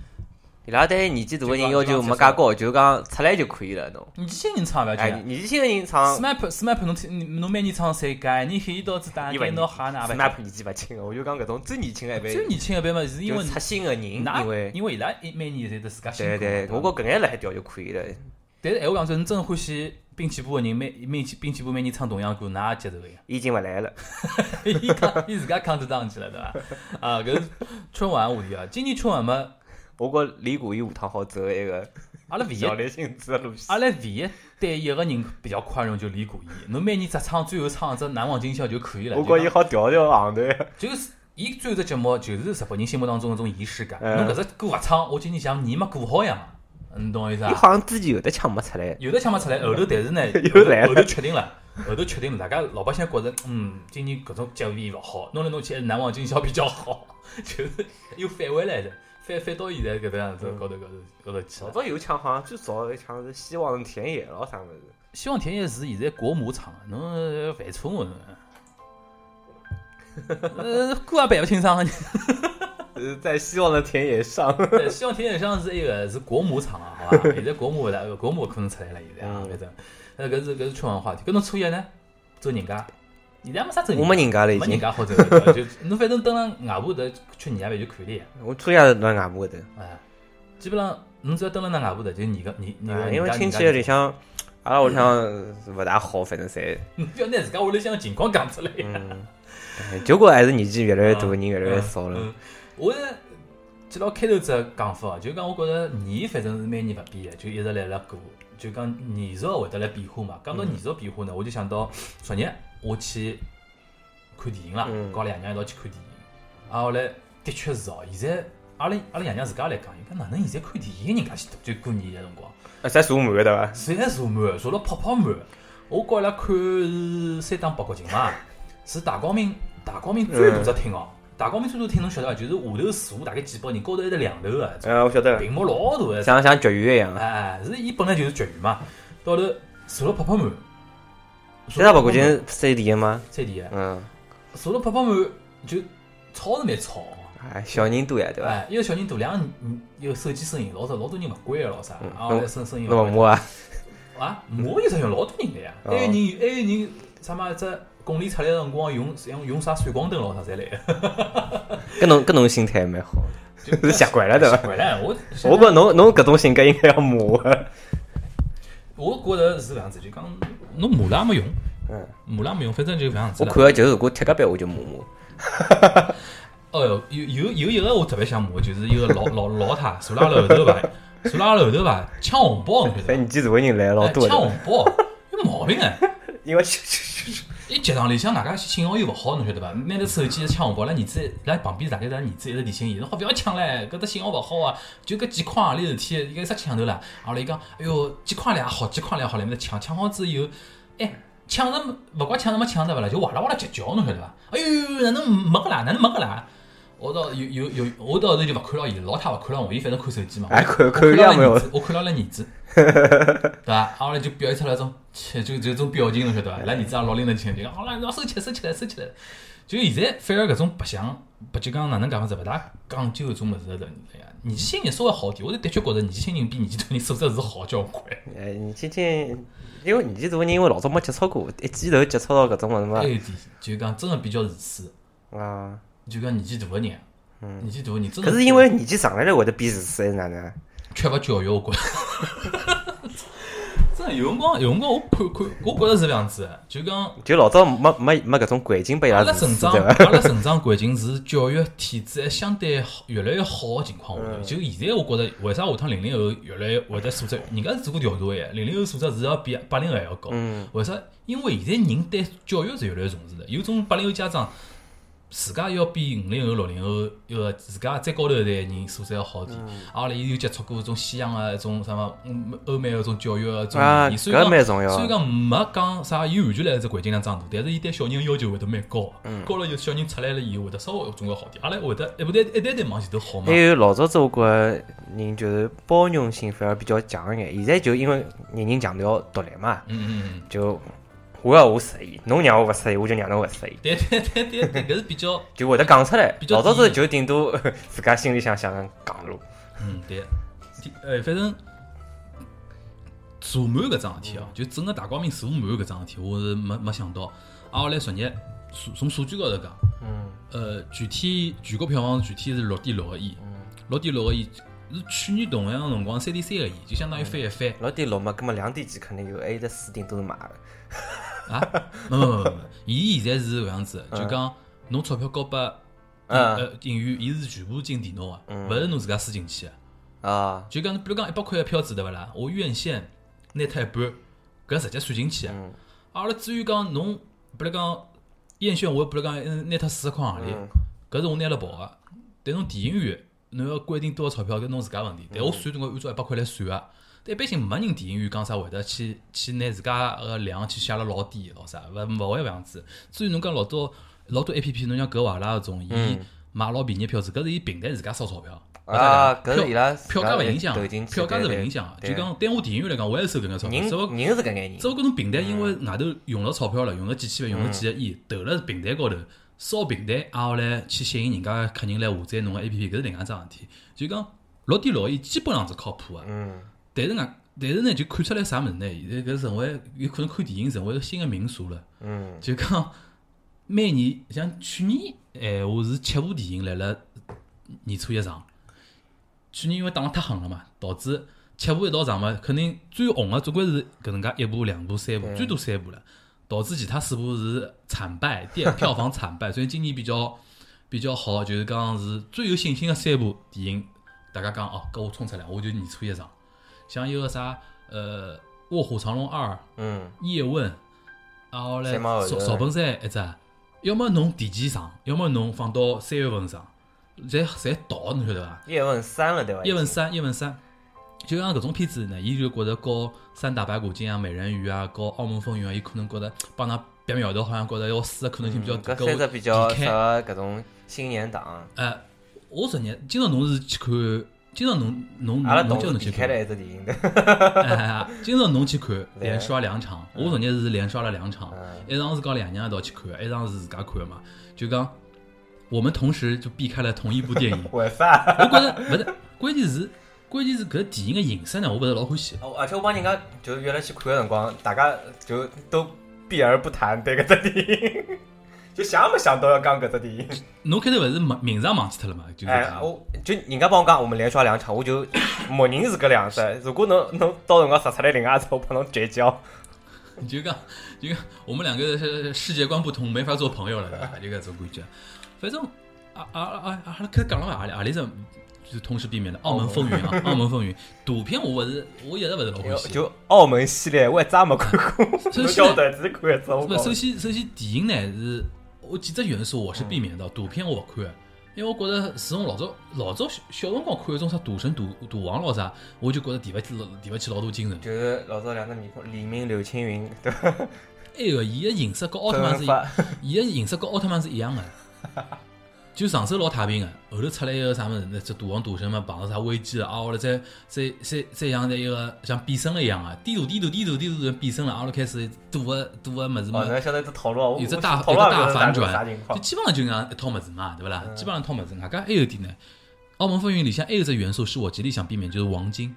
Speaker 3: 伊拉对年纪大个人要求没介高，就讲出来就可以了，侬。
Speaker 2: 年轻人唱勿要
Speaker 3: 哎，
Speaker 2: 紧。
Speaker 3: 年纪轻个人唱
Speaker 2: SMAP SMAP 侬听侬每年唱谁改？你黑一刀子打，
Speaker 3: 伊勿
Speaker 2: 电脑哈哪
Speaker 3: s
Speaker 2: 办
Speaker 3: m？a p 年纪勿轻个，我就讲搿种最年轻个一辈，
Speaker 2: 最年轻一辈嘛，是因
Speaker 3: 就
Speaker 2: 为
Speaker 3: 出新个人，因
Speaker 2: 㑚
Speaker 3: 为
Speaker 2: 因为伊拉一每年侪得自家辛苦
Speaker 3: 对
Speaker 2: 嘛。
Speaker 3: 对，
Speaker 2: 伐
Speaker 3: 我觉搿眼辣海调就可以了。
Speaker 2: 但是闲话讲真，侬真欢喜滨崎步个人，每每滨崎步每年唱同样歌，㑚也接受个呀？
Speaker 3: 已经勿来了，
Speaker 2: *laughs* 伊讲伊自家扛得上去了，对伐？啊，搿是春晚话题啊，今年春晚嘛，
Speaker 3: 我觉李谷一下趟好走一个
Speaker 2: 阿拉唯一
Speaker 3: 小林性子的路线
Speaker 2: 阿。拉唯一对一个人比较宽容就李谷一，侬每年只唱最后唱只难忘今宵就可以了。
Speaker 3: 我觉伊
Speaker 2: 就
Speaker 3: 好调调行头。
Speaker 2: 就是伊最后只节目就是日本人心目当中那种仪式感，
Speaker 3: 嗯
Speaker 2: 侬搿只歌勿唱，我今年像年没过好一样嘛，你懂我意思
Speaker 3: 伊
Speaker 2: 啊？
Speaker 3: 好像之前有的腔没出来，
Speaker 2: 有的想法出来，后头但是 *laughs* 呢，
Speaker 3: 又来了
Speaker 2: 后头确定了。后头确定了，大家老百姓觉着，嗯，今年搿种结尾勿好，弄来弄去还是难忘今宵比较好， *laughs* 就是又返回来的，返返到现在搿能样子高头高头高头去
Speaker 3: 老
Speaker 2: 了。
Speaker 3: 早有腔好像最早有腔是希望田野咯啥物事。
Speaker 2: 希望田野是现在国母唱，侬呃犯错 *laughs* 误了。呃，歌也背勿清爽。
Speaker 3: 呃，在希望的田野上，
Speaker 2: *laughs* 对希望田野上是一个是国母唱啊，好 *laughs* 吧？现在国母来，国母可能出来了，现在啊，
Speaker 3: 嗯
Speaker 2: 反正，呃，搿是搿是春晚话题。搿侬初一呢，走人家，现在没啥走
Speaker 3: 我
Speaker 2: 人
Speaker 3: 没
Speaker 2: 家。
Speaker 3: 人家了已
Speaker 2: 没人
Speaker 3: 经。
Speaker 2: 家好走的，对吧就侬反正蹲辣外婆头吃年夜饭就可以了呀。
Speaker 3: 我初夜暖外婆头，
Speaker 2: 哎，基本上侬只要蹲辣那外婆头，就你个你你
Speaker 3: 啊
Speaker 2: 个
Speaker 3: 因为亲
Speaker 2: *laughs*
Speaker 3: 戚
Speaker 2: 人
Speaker 3: 里向，阿拉屋里向勿大好，反
Speaker 2: *laughs*
Speaker 3: 正侪，
Speaker 2: 家，不要拿自家屋里向情况讲出来呀。
Speaker 3: 嗯，哎结果还是年纪越来越大，
Speaker 2: 嗯
Speaker 3: 人越来越少
Speaker 2: 嗯
Speaker 3: 了。。
Speaker 2: 嗯我是记牢开头只讲法，就讲我觉着年反正是每年勿变的，就一直辣辣过。就讲年俗会得来变化嘛。讲
Speaker 3: 嗯
Speaker 2: 到年俗变化呢，我就想到昨日我去看电影啦，
Speaker 3: 嗯
Speaker 2: 跟阿拉爷娘一道去看电影。啊，后来的确是哦，现在阿拉阿拉爷娘自家来讲，伊讲哪能现在看电影人家去就过年的辰光，
Speaker 3: 啊，侪坐满个对伐？
Speaker 2: 侪坐满，坐了泡泡满。我跟伊拉看是三档八角琴
Speaker 3: *laughs*
Speaker 2: 嘛，是大光明大光明最大只厅哦。大光明最大厅侬晓得伐？就是下头坐大概几百人，高头还得两头个，
Speaker 3: 嗯，我晓得，
Speaker 2: 屏幕老大个。
Speaker 3: 像像绝缘一 *laughs* 样。啊
Speaker 2: 哎，是伊本来就是绝缘嘛，到头坐了泡泡满。
Speaker 3: 现在不过就是三 D 吗？
Speaker 2: 三 D 个，
Speaker 3: 嗯，
Speaker 2: 啊坐了泡泡满就吵是蛮吵哦。
Speaker 3: 哎，小人多呀，对伐？
Speaker 2: 哎，一个小人大量，嗯一个手机声音，老早老多人勿关个咯啥，啊，后来声声音
Speaker 3: 嗯那么
Speaker 2: 勿
Speaker 3: 摸啊，
Speaker 2: 啊，我有啥用？老多人的呀，还
Speaker 3: 哦
Speaker 2: 有人，还有人，啥嘛？只公里出来的辰光用用用啥闪光灯咯啥侪来的，
Speaker 3: 跟侬跟侬心态蛮好，
Speaker 2: *laughs*
Speaker 3: *laughs*
Speaker 2: 就是
Speaker 3: 习惯了对伐？
Speaker 2: 回来我
Speaker 3: 我觉侬侬搿种性格应该要啊磨的。
Speaker 2: 我觉着是搿样子，就讲侬骂了也没用，
Speaker 3: 嗯，
Speaker 2: 骂了也没用，反正就搿样子
Speaker 3: 我
Speaker 2: 了
Speaker 3: 看。个就是如果踢个板我就磨磨。
Speaker 2: 哦哟，有有有一个我特别想骂，就是一个老老老太，坐辣阿拉后头排，算了阿拉后头伐，抢红包侬晓得
Speaker 3: 反正
Speaker 2: 伐？
Speaker 3: 年纪大个人 *laughs* 来老
Speaker 2: 哎
Speaker 3: 多
Speaker 2: 抢
Speaker 3: 的，
Speaker 2: 红包有毛病哎！
Speaker 3: 因为 *laughs*
Speaker 2: 伊集堂里向外加信号又勿好，侬晓得伐？拿着手机抢红包，伊拉儿子伊拉旁边大概伊拉儿子一直提醒伊，侬好勿要抢唻，搿搭信号勿好啊，就搿几块行钿事体，伊个啥抢头啦？阿拉伊讲，哎哟，几块钿也好，几块钿也好，来面搭抢，抢好之后，哎。抢着勿怪抢着没抢着勿啦，就哇啦哇啦结交，侬晓得伐？哎哟，哪能没个啦？哪能没个啦？我到有有有，我到后头就勿看牢伊，老太勿看牢我，伊反正看手机嘛。
Speaker 3: 哎看
Speaker 2: 我
Speaker 3: 看
Speaker 2: 看
Speaker 3: 一
Speaker 2: 到
Speaker 3: 样没
Speaker 2: 了儿
Speaker 3: 有，
Speaker 2: 子，我看到了儿
Speaker 3: *laughs*
Speaker 2: 子，对伐？阿拉就表现出来一种，切就就种表情，侬晓得伐？拉儿子也老拎得清，就讲好了，侬收起来，收起来，收起来。就现在反而搿种白相，白就讲哪能讲法子，勿大讲究搿种物事了。哎呀，年纪轻人稍微好点，我是的确觉着年纪轻人比年纪大人素质是好交关。
Speaker 3: 哎，年纪轻，因为年纪大个人因为老早没接触过，一记头接触到搿种
Speaker 2: 还有
Speaker 3: 物
Speaker 2: 一点，哎就讲真个比较自私，
Speaker 3: 事嘛，啊，
Speaker 2: 就讲年纪大个人，年纪大个人真的
Speaker 3: 嗯可是因为年纪上来了会得变自私，还是哪能啊？
Speaker 2: 缺乏教育，我觉着。 *laughs* 真的有辰光，有辰光我看看，我觉着是这样子的，就讲
Speaker 3: 就老早没没没搿种环境拨伊
Speaker 2: 阿
Speaker 3: 拉
Speaker 2: 拉
Speaker 3: 自
Speaker 2: 成
Speaker 3: 私，
Speaker 2: 长，
Speaker 3: 对
Speaker 2: *laughs*
Speaker 3: 伐？
Speaker 2: 阿拉成长环境是教育体制还相对好，越来越好的情况下头。
Speaker 3: 嗯
Speaker 2: 就现在我觉着，为啥下趟零零后越来越会得素质？人家是做过调查的，零零后素质是要比八零后还要高。
Speaker 3: 嗯
Speaker 2: 为啥？因为现在人对教育是越来越重视了。有种八零后家长，自家要比五零后、六零后，呃，自家再高头一代人素质要好点。
Speaker 3: 嗯
Speaker 2: 阿拉伊有接触过一种西洋的、一种什么嗯欧美的一种教育的一种
Speaker 3: 啊
Speaker 2: 理念，虽然
Speaker 3: 搿蛮重要
Speaker 2: 虽然讲没讲啥，伊完全来自环境里向长大，但是伊对小人要求会得蛮高，啊
Speaker 3: 嗯
Speaker 2: 高了就小人出来了以后会得稍微种个好点，阿拉会得一步一一代代往前头好嘛
Speaker 3: 还。有老早子我觉着人就是包容性反而比较强一眼，现在就因为人人强调独立嘛，
Speaker 2: 嗯嗯嗯， *laughs*
Speaker 3: 就我要我适意，侬让我勿适意，我就让侬勿适意，
Speaker 2: 对对对对对，搿是比较，
Speaker 3: 就会得讲出来
Speaker 2: 比。较
Speaker 3: 老早
Speaker 2: 低
Speaker 3: 子
Speaker 2: 的
Speaker 3: 就顶多 *laughs* 自家心里想想讲路，
Speaker 2: 嗯对，呃反正坐满搿桩事体哦，就整个大光明坐满搿桩事体，我是没没想到。挨下来昨日数从数据高头讲，
Speaker 3: 嗯，
Speaker 2: 呃具体全国票房具体是六点六个亿，六点六个亿是去年同样的辰光三点三个亿，就相当于翻一番。
Speaker 3: 六点六嘛，葛么两点几肯定有，还有得四点都是买的。
Speaker 2: 啊，没没没没，伊现在是搿样子，就讲侬钞票交拨影
Speaker 3: 嗯
Speaker 2: 呃影院，伊是全部进电脑个，勿是侬自家输进去个。
Speaker 3: 啊，
Speaker 2: 就讲，比如讲一百块个票子对勿啦？我院线拿脱一半，搿直接算进去个。啊阿拉至于讲侬，比如讲院线，我比如讲嗯拿脱四十块行钿，搿是我拿了跑个。但侬电影院，侬要规定多少钞票，搿侬自家问题。但我算总归按照一百块来算个。但一般性没人电影院讲啥会得去去拿自家个量去写了老低老啥，勿勿会搿样子。至于侬讲老多老多 A P P，侬像格瓦拉搿种，伊买老便宜票子，搿是伊平台自家烧钞票。
Speaker 3: 啊
Speaker 2: 勿大
Speaker 3: 搿是
Speaker 2: 讲
Speaker 3: 伊拉自
Speaker 2: 票
Speaker 3: 家
Speaker 2: 价勿
Speaker 3: 来
Speaker 2: 影响
Speaker 3: 投进，去
Speaker 2: 票价是勿
Speaker 3: 对对
Speaker 2: 影响的。
Speaker 3: 对啊
Speaker 2: 就讲对我电影院来讲，我也是收搿眼钞票，
Speaker 3: 人
Speaker 2: 只勿
Speaker 3: 人嗯是搿眼人
Speaker 2: 只，不过侬平台因为外头用了钞票了，用了几千万，用了
Speaker 3: 嗯
Speaker 2: 几个亿，投了平台高头，烧平台，挨下来去吸引人家客人来下载侬个 A P P，搿是另外一桩事体。就讲六点六亿基本上是靠谱个，
Speaker 3: 嗯，
Speaker 2: 但是呢，但是呢就看出来啥物事呢？现在搿成为有可能看电影成为了新个民俗了。
Speaker 3: 嗯，
Speaker 2: 就讲每年像去年，闲话是七部电影来了年初一上。去年因为打了太狠了嘛，导致七部一道上嘛，肯定最红的总归是搿能介一部、两部、三部，最多三部了，导致其他四部是惨败，电票房惨败。所以今年比较比较好，就是讲是最有信心的三部电影，大家讲哦，搿我冲出来，我就年初一上。像有个啥呃《卧虎藏龙二》
Speaker 3: 嗯，
Speaker 2: 叶问，然后嘞
Speaker 3: 三毛后头
Speaker 2: 赵赵本山一只，要么侬提前上，要么侬放到三月份上，侪侪倒，侬晓得伐？
Speaker 3: 叶问三了对伐？
Speaker 2: 叶问三，叶问三，就像搿种片子呢，伊就觉着和三打白骨精啊、美人鱼啊、和澳门风云啊，伊可能觉着帮㑚别苗头好像觉着要死的可能性比较大，
Speaker 3: 嗯搿
Speaker 2: 搿
Speaker 3: 三只
Speaker 2: 我
Speaker 3: 比较
Speaker 2: 离
Speaker 3: 适
Speaker 2: 开
Speaker 3: 合搿种新年档，
Speaker 2: 哎，我昨日今朝侬是去看，今朝侬侬
Speaker 3: 阿拉
Speaker 2: 侬侬
Speaker 3: 同
Speaker 2: 叫
Speaker 3: 事
Speaker 2: 侬
Speaker 3: 避
Speaker 2: 去
Speaker 3: 开
Speaker 2: 看
Speaker 3: 了。一只电影的，，
Speaker 2: 哎，今朝侬去看，连刷两场，我昨日是连刷了两场，一场是跟两娘一道去看的，一场是自家看的嘛。就讲我们同时就避开了同一部电影 *laughs*
Speaker 3: 为啥？
Speaker 2: 我觉着不是，关键是关键是搿电影的形式呢，我勿是老欢喜。
Speaker 3: *laughs* 哦而且我帮人家就约了去看的辰光，大家就都避而不谈对搿只电影， *laughs* 就想也没想到要讲搿只电影。
Speaker 2: 侬开头勿是忘名字也忘记脱了嘛？就是
Speaker 3: 哎，我就人家帮我讲，我们连刷两场，我就 *coughs* 默认是搿两只。如果侬侬到辰光杀出来另外一啊只，我帮侬绝交。
Speaker 2: 就讲就
Speaker 3: 嗯
Speaker 2: 讲我们两个是世界观不同，没法做朋友了，对吧？就搿种感觉。反正啊啊啊！阿拉开始讲了嘛，阿里阿里只就是通识避免的澳门风云
Speaker 3: 哦
Speaker 2: 啊，澳门风云。 *laughs* 大片我勿是，我一直勿是老欢喜。
Speaker 3: 就澳门系列，我一只也
Speaker 2: *laughs*
Speaker 3: 没看过，
Speaker 2: 首
Speaker 3: 我
Speaker 2: 先
Speaker 3: 晓
Speaker 2: 呢，
Speaker 3: 得只看一只。我
Speaker 2: 不，
Speaker 3: 讲
Speaker 2: 首先首先电影呢是，我几只元素我是避免到，大片我勿看的，因为我觉着自从老早老早小小辰光看一种啥赌神、赌赌王咯啥，我就觉着提勿起老提勿起老多精神。
Speaker 3: 就是老早两只面孔，李明、刘青云，对吧？
Speaker 2: 还有哎伊个形式跟奥
Speaker 3: 周
Speaker 2: 特曼是
Speaker 3: *laughs* 润
Speaker 2: 一
Speaker 3: 发，
Speaker 2: 伊个形式跟奥特曼是一样的，就上手老太平的，后头出来一个啥物事，那这赌王赌神嘛，碰到啥危机了，啊，后来再再再再像在一个像变身了一样啊，地图地图地图地图变身了，啊，后头开始赌个赌个么子嘛
Speaker 3: 哦，，那晓得只套路啊，我
Speaker 2: 有只
Speaker 3: 我
Speaker 2: 大
Speaker 3: 套
Speaker 2: 有
Speaker 3: 路
Speaker 2: 只
Speaker 3: 也不
Speaker 2: 大
Speaker 3: 知道
Speaker 2: 反
Speaker 3: 是啥
Speaker 2: 转
Speaker 3: 情，
Speaker 2: 就
Speaker 3: 况？
Speaker 2: 基本上就那样一套么子嘛，对不
Speaker 3: 嗯
Speaker 2: 啦？基本上一套么子，外加还有一点呢，澳门风云里向还有一只元素是我极力想避免，就是黄金。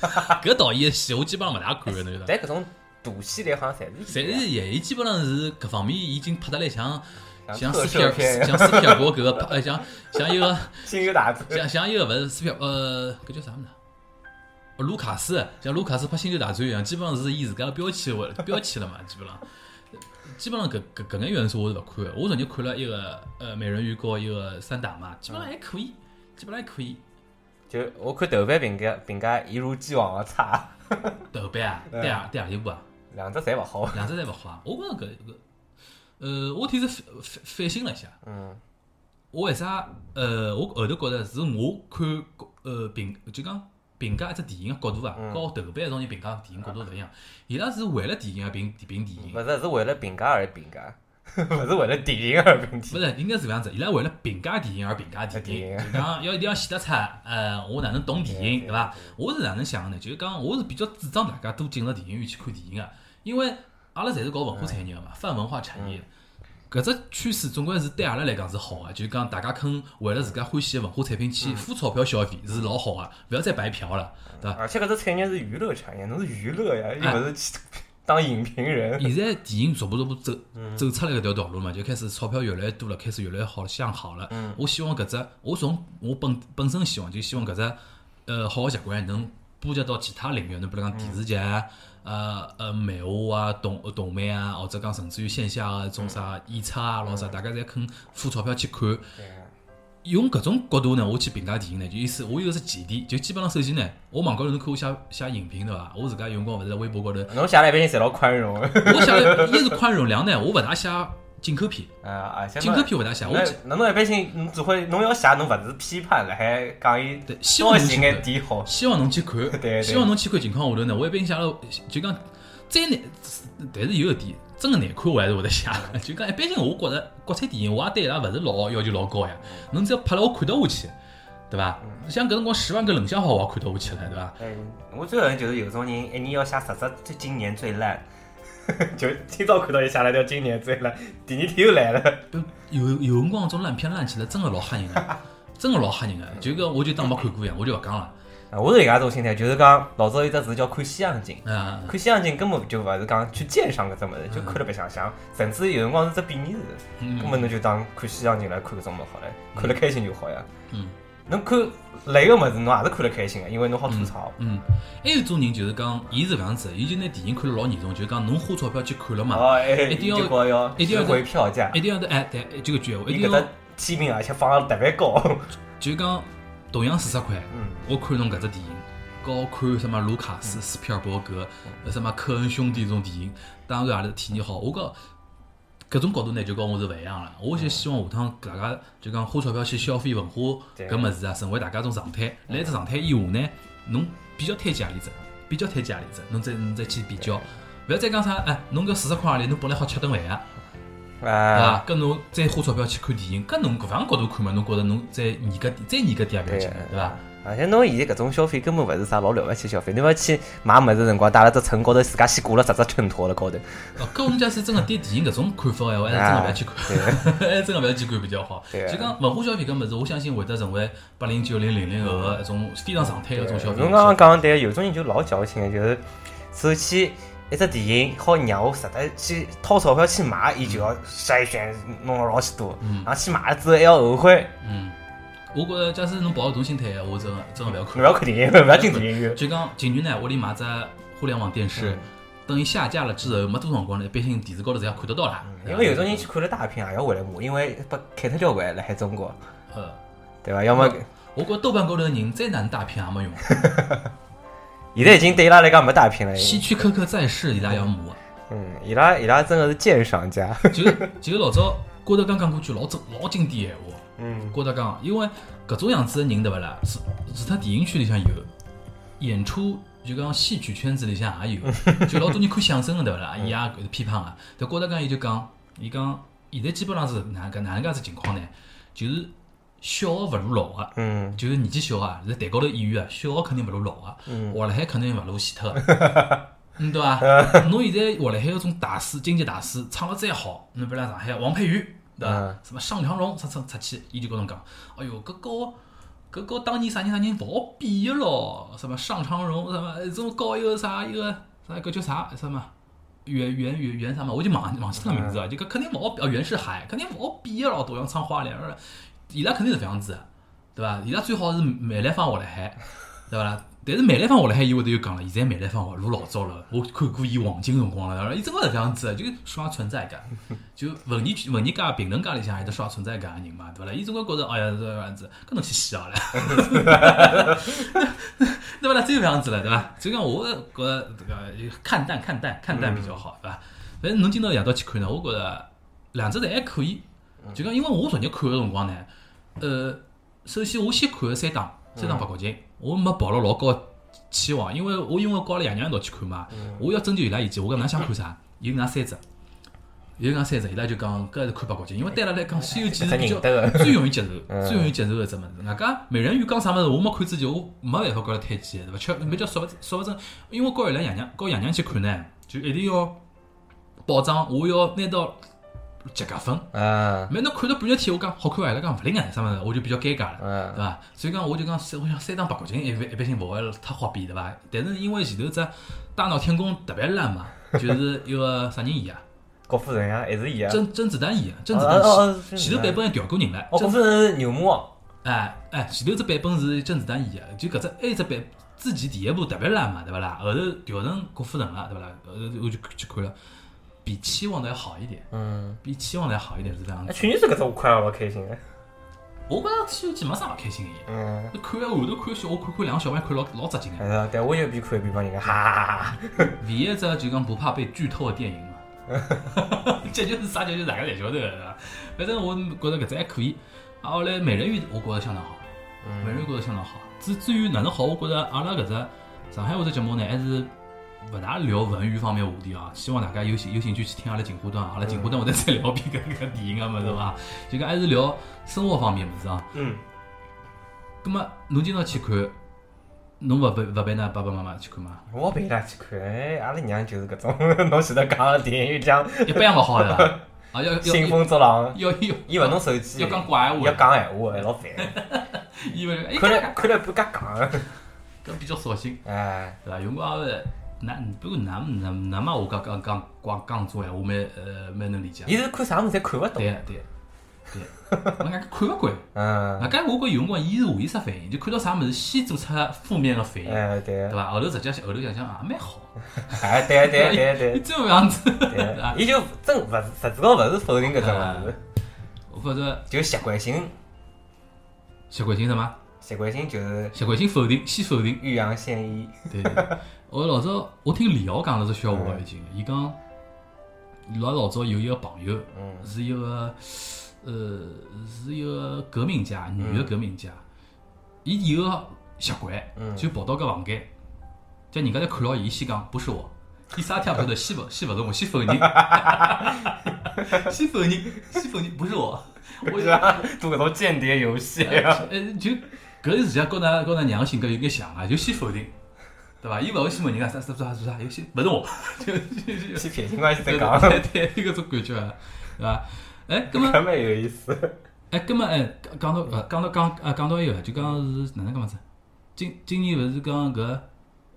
Speaker 2: *laughs* 搿导演的戏我基本上勿大看的，侬晓得伐？
Speaker 3: 但搿种赌系列好像侪是
Speaker 2: 侪是
Speaker 3: 一样
Speaker 2: 伊，伊基本上是搿方面已经拍得来像像
Speaker 3: 像
Speaker 2: 斯
Speaker 3: 特
Speaker 2: 皮
Speaker 3: 摄
Speaker 2: 尔
Speaker 3: 片一样，
Speaker 2: 像斯皮尔伯格拍，呃像像一个
Speaker 3: *laughs* 星球大战。
Speaker 2: 像像一个勿是斯皮尔呃搿叫啥物事啊？哦卢卡斯像卢卡斯拍《星球大战》一样，基本上是以自家个标签为标签了嘛，基本上，基本上搿搿搿眼元素我是勿看的。我昨日看了一个呃美人鱼和一个三打嘛，基本上还可以，基本上还可以。
Speaker 3: 就我看豆瓣评价评价一如既往的差，
Speaker 2: 豆瓣啊，
Speaker 3: 嗯
Speaker 2: 对啊，对啊，一部啊，
Speaker 3: 两只侪勿好。
Speaker 2: 两只侪勿好啊。我觉着搿搿，呃，我天是反反反省了一下，
Speaker 3: 嗯，
Speaker 2: 我为啥呃，我后头觉着是我看呃评就讲评价一只电影个角度啊，
Speaker 3: 嗯
Speaker 2: 跟我豆瓣上人评价电影角度勿一样，伊拉是为了电影而评评电影
Speaker 3: 勿，是是为了评价而评价，勿是为了电影而评
Speaker 2: 勿
Speaker 3: 价。
Speaker 2: 是应该是搿样子，伊拉为了评价电影而评价电影，
Speaker 3: 电
Speaker 2: 就讲要一定要显得出呃我哪能懂电影，
Speaker 3: 对
Speaker 2: 啊对伐？我是哪能想的呢？就是讲我是比较主张大家多进入电影院去看电影个，因为阿拉侪是搞文化产业个嘛，泛文化产业。搿只趋势总归是对阿拉来讲是好个，就是讲大家肯为了自家欢喜个文化产品去付钞票消费是老好个，勿要再白嫖了，对伐？
Speaker 3: 而且搿只产业是娱乐产业，侬是娱乐呀，又勿是去当影评人。
Speaker 2: 现在电影逐步逐步走
Speaker 3: 嗯
Speaker 2: 走出来搿条道路嘛，就开始钞票越来越多了，开始越来越好向好了。我希望搿只，我从我本本身希望就希望搿只呃好个习惯能波及到其他领域，侬比如讲电视剧
Speaker 3: 嗯
Speaker 2: 啊、呃呃漫画啊、动动漫啊，或者讲甚至于线下个种啥演出啊、老啥，大家侪肯付钞票去看。
Speaker 3: 嗯对啊
Speaker 2: 用搿种角度呢，我去评价电影呢，就意思我有个是前提，就基本上首先呢，我网高头侬看我写写影评对伐？我自家有辰光勿是在微博高头，
Speaker 3: 侬下来一般性侪老宽容，
Speaker 2: 我写了一是宽容，两呢我勿大写进口片，
Speaker 3: *laughs* 啊，而且
Speaker 2: 进口片勿大写，我只
Speaker 3: 那那侬一般性侬只会侬要写侬勿是批判了，还讲伊
Speaker 2: 对希
Speaker 3: 高
Speaker 2: 望侬
Speaker 3: 兴
Speaker 2: 去
Speaker 3: 眼
Speaker 2: 看，
Speaker 3: 点好。
Speaker 2: 希望侬去看，
Speaker 3: 对
Speaker 2: 希望侬去看情况下头呢，我一般写了就讲再难，但是有一点真个难看，我还是会得写。就讲一般性，我觉着国产电影我也对伊拉勿是老要求老高呀，侬只要拍了我看得下去，对伐？像搿辰光《十万个冷笑话》我也看得下去了，对伐？
Speaker 3: 哎，我最恨就是有种人一年要写十只，最今年最烂， *laughs* 就今朝看到伊写了条今年最烂，第二天又来了。
Speaker 2: 不有有辰光种烂片烂起来，真个老吓人个，真个老吓人个。就搿我就当没看过一样，我就勿讲了。
Speaker 3: 啊，我是搿种心态，就是讲老早有只词叫看西洋镜，
Speaker 2: 嗯，
Speaker 3: 看西洋镜根本就勿是讲去鉴赏搿只物事，就看了白相相，甚至有辰光是只贬义词，
Speaker 2: 嗯
Speaker 3: 根本侬就当看西洋镜来看搿种物事好了，看了开心就好呀。
Speaker 2: 嗯，
Speaker 3: 侬看雷个物事，侬也是看了开心个，因为侬好吐槽。
Speaker 2: 嗯，还有一种人就是讲，伊是搿样子，伊就拿电影看了老严重，就是讲侬花钞票去看了嘛，
Speaker 3: 哦，哎，
Speaker 2: 嗯啊一定要
Speaker 3: 就讲要
Speaker 2: 一定要
Speaker 3: 值回票价，
Speaker 2: 一定要得哎，对，就搿句闲话，一
Speaker 3: 伊
Speaker 2: 定
Speaker 3: 搿
Speaker 2: 要啊
Speaker 3: 只天平而且啊放得特别高。
Speaker 2: 就是讲同样四十块，
Speaker 3: *laughs* 嗯，
Speaker 2: 我看侬搿只电影，跟我看什么卢卡斯、斯皮尔伯格、呃什么科恩兄弟这种电影，当然也是体验好。我讲搿种角度呢，就跟我是勿一样了。我
Speaker 3: 嗯
Speaker 2: 就希望下趟大家就讲花钞票去消费文化
Speaker 3: 对嗯
Speaker 2: 搿物事啊，成为大家一种常态。辣只常态以下呢，侬比较推荐何里只，比较推荐何里只，侬再侬再去比较。勿要再讲啥，哎，侬搿四十块何里，侬本来好吃顿饭啊，对
Speaker 3: 啊，
Speaker 2: 伐？搿侬再花钞票去看电影，搿侬搿方角度看嘛，侬觉着侬再严格点，再严格点也勿要紧，对伐？
Speaker 3: 而且侬现在搿种消费根本勿是啥老了勿起消费，侬要去买物事辰光，带了只秤高头，自家先挂了十只秤砣辣高头。 *laughs*
Speaker 2: 哦，搿我们家是真个对电影搿种看法个闲话，还是真个勿要去看， *laughs* 还是真个勿要去看比较好。
Speaker 3: 啊对啊
Speaker 2: 就讲文化消费搿物事，我相信会得成为八零九零零零后个一种非常常态个一种消费
Speaker 3: 呃
Speaker 2: 模
Speaker 3: 侬刚
Speaker 2: 式。
Speaker 3: 刚讲得嗯对，有种人就老矫情的，就是首先一只电影好让我值得去掏钞票去买，伊就要筛选弄了老许多，然后去买了之后还要后悔，
Speaker 2: 嗯，我觉着假使侬抱着种心态，我真个真个勿要
Speaker 3: 侬
Speaker 2: 看
Speaker 3: 勿。要看电影，勿要进电影院。嗯
Speaker 2: 就讲近年呢，屋里买只互联网电视，等伊下架了之后，没多少辰光了，一般性电视高头侪看得到啦。
Speaker 3: 嗯因为有种人去看了大片也要回来骂，因为被砍脱交关辣海中国，
Speaker 2: 呃，
Speaker 3: 对伐？要么
Speaker 2: 我觉豆瓣高头的人再哪能大片也没用，
Speaker 3: 现在已 *laughs* 经对伊拉来讲没大片了。
Speaker 2: 希区柯克再世伊拉也要骂。
Speaker 3: 嗯，伊拉伊拉真的是鉴赏家。
Speaker 2: *laughs* 就就老早郭德纲讲过句老正老经典闲话。嗯，郭德纲，因为搿种样子的人对勿啦？除除脱电影圈里向有，演出就讲戏曲圈子里向也有，就老多人看相声的对勿啦？伊也搿批判个。但郭德纲伊就讲，伊讲现在基本上是哪能介哪能介子情况呢？就是小的勿如老啊个、
Speaker 3: 嗯，
Speaker 2: 就是年纪小啊，在台高头演员啊，小学肯定勿如老啊，
Speaker 3: 嗯
Speaker 2: 活辣海肯定勿如死
Speaker 3: *laughs*
Speaker 2: 脱个，嗯对伐？侬现在活辣海搿种大师、经济大师，唱了再好，侬比如上海啊王佩瑜，对伐
Speaker 3: 嗯？
Speaker 2: 什么尚长荣，出出出去，伊就跟侬讲，哎哟，搿个。搿个当年啥人啥人勿好比个咯，什么尚长荣，什么呃这么搞一个啥一个啥搿叫啥什么袁袁袁袁啥嘛，我就忘忘记他名字了，就搿肯定勿好比，哦袁世海肯定勿好比个咯，同样唱花脸，呃伊拉肯定是搿样子的，对伐？伊拉最好是慢来放活辣海，对伐啦？但是慢来放活辣海，伊会得又讲了，现在慢来放活如老早了，我看过伊黄金辰光了，然后伊真个是搿样子的，就是刷存在感，就文艺圈文艺界评论界里向还得刷存在感个人嘛，对伐啦？伊总归觉着，哎呀，这样子，搿侬去死啊了，对伐啦？只有搿样子了，对伐？所以讲，我觉着这个看淡看淡看淡比较好，对伐？反正侬今朝夜到去看呢，我觉着两只侪还可以，
Speaker 3: 嗯
Speaker 2: 就讲因为我昨日看个辰光呢。呃，首先我先看了三档三
Speaker 3: 嗯
Speaker 2: 档八角琴，我没抱了老高期望，因为我因为跟阿拉爷娘一道去看嘛，
Speaker 3: 嗯
Speaker 2: 我要征求伊拉意见，我讲㑚想看啥，有㑚三只。有㑚三只，伊拉就讲搿是看八角琴，因为对阿拉来讲《西游记》是比较
Speaker 3: 才哎认得
Speaker 2: 最容
Speaker 3: *laughs*
Speaker 2: 易接
Speaker 3: 嗯
Speaker 2: 受、最容易接受的一只物事。外加美人鱼讲啥物事，我没看之前，我没办法高头推荐，对伐？吃比较少勿少勿准，因为跟伊拉爷娘、跟爷娘去看呢，就一定要保障，我要拿到及格分。
Speaker 3: *laughs* 嗯
Speaker 2: 没侬看到半日天，我讲好看伐？伊拉讲勿灵啊眼啥物事，我就比较尴尬了，对
Speaker 3: 嗯
Speaker 2: 伐？所以讲我就讲，三我想三张白骨精一般一般性勿会太花边，对伐？但是因为前头只大闹天宫特别烂嘛，就是一个啥人
Speaker 3: *laughs*
Speaker 2: 演啊？
Speaker 3: 郭富城呀，还是伊啊。
Speaker 2: 甄甄子丹演，甄子
Speaker 3: 哦哦
Speaker 2: 丹
Speaker 3: 哦是
Speaker 2: 前前头版本还调过人了
Speaker 3: 哦，，郭
Speaker 2: 甄
Speaker 3: 富城是牛魔王。
Speaker 2: 哎哎，前头只版本是甄子丹演的，就搿只还有一只版之前第一部特别烂嘛，对勿啦？后头调成郭富城了，对勿啦？后头我就去看了，比期望的要好一点，
Speaker 3: 嗯，
Speaker 2: 比期望的要好一点是这样子。
Speaker 3: 哎去年子搿只我看了老开心的。
Speaker 2: 我觉着《西游记》没啥勿开心的。
Speaker 3: 嗯，
Speaker 2: 看了后头看小，我看看两个小朋友看老老扎劲
Speaker 3: 哎
Speaker 2: 个。
Speaker 3: 呀，但我就边看一边帮人家哈哈哈哈。
Speaker 2: 唯一一只就讲不怕被剧透的电影嘛，这就是啥结局大家侪晓得的是吧。反正我觉着搿只还可以。啊，后来美人鱼我觉着相当好，美人鱼觉着相当好。至至于哪能好，我觉着阿拉搿只上海话只节目呢，还是勿大聊文娱方面话题啊。希望大家有兴有兴趣去听阿拉锦花端，阿拉锦花端会得再聊遍搿搿电影个 *laughs* 物事伐？就讲还是聊生活方面物事啊。
Speaker 3: 嗯，
Speaker 2: 葛末侬今朝去看，侬勿陪勿陪㑚爸爸妈妈去看吗？
Speaker 3: 我陪伊拉去看，哎，阿拉娘就是搿种，侬前头讲的电影讲
Speaker 2: 一般勿好的啦，啊要要
Speaker 3: 兴风作浪，
Speaker 2: 要要
Speaker 3: 伊勿弄手机，
Speaker 2: 要讲怪闲
Speaker 3: 嗯要
Speaker 2: 话，
Speaker 3: 讲闲话，老烦。
Speaker 2: 伊勿哎
Speaker 3: 看
Speaker 2: 搿
Speaker 3: 了看了不敢讲。
Speaker 2: 搿比较扫兴，
Speaker 3: 哎，
Speaker 2: 对伐？有辰光是㑚不过㑚㑚㑚妈我讲讲讲讲讲种闲话蛮呃蛮能理解，
Speaker 3: 伊是看啥物事侪看勿懂。
Speaker 2: 对对对， *laughs* 我讲看勿惯，
Speaker 3: 嗯
Speaker 2: 外，加我觉有辰光伊是无意识反应，就看到啥物事先做出负面个反应，
Speaker 3: 哎，对
Speaker 2: 对，伐？后头直接后头想想也蛮好，
Speaker 3: 哎，对对对
Speaker 2: *laughs*
Speaker 3: 对
Speaker 2: 伊。真搿样子， *laughs* 对伐
Speaker 3: 对，？伊就真勿是实质高勿是否定搿种物
Speaker 2: 哎
Speaker 3: 事，
Speaker 2: 或者
Speaker 3: 就习惯性，
Speaker 2: 习惯性什么？
Speaker 3: 习惯性就是
Speaker 2: 习惯性否定，先否定。
Speaker 3: 欲扬先抑。
Speaker 2: *laughs* 对，对对我老早我听李敖讲了只笑话已经，伊讲老老早有一个朋友
Speaker 3: 嗯，
Speaker 2: 是一个呃是一个革命家，女的革命家，伊有个习惯，
Speaker 3: 嗯
Speaker 2: 就跑到搿房间，叫人家在看牢伊，先讲不是我。伊啥听也不晓得，先勿先勿是我，先否认， *laughs* 先否认，先否认，不是我， *laughs* 我
Speaker 3: 是吧？做搿种间谍游戏啊，
Speaker 2: *laughs* 呃，就搿事体上跟㑚跟㑚娘性格有眼像啊，就先否定，对伐？伊勿会先问人家啥啥啥啥啥，有些勿是
Speaker 3: *laughs*
Speaker 2: 我，就就就
Speaker 3: 去撇清关系再
Speaker 2: 对
Speaker 3: 讲，
Speaker 2: 哎对对，对搿种感觉啊，对伐？哎，葛末
Speaker 3: *laughs* 还蛮有意思。
Speaker 2: 哎，葛末哎，讲讲到呃，讲到讲啊，讲到一个，就讲是哪能讲法子？今今年勿是讲搿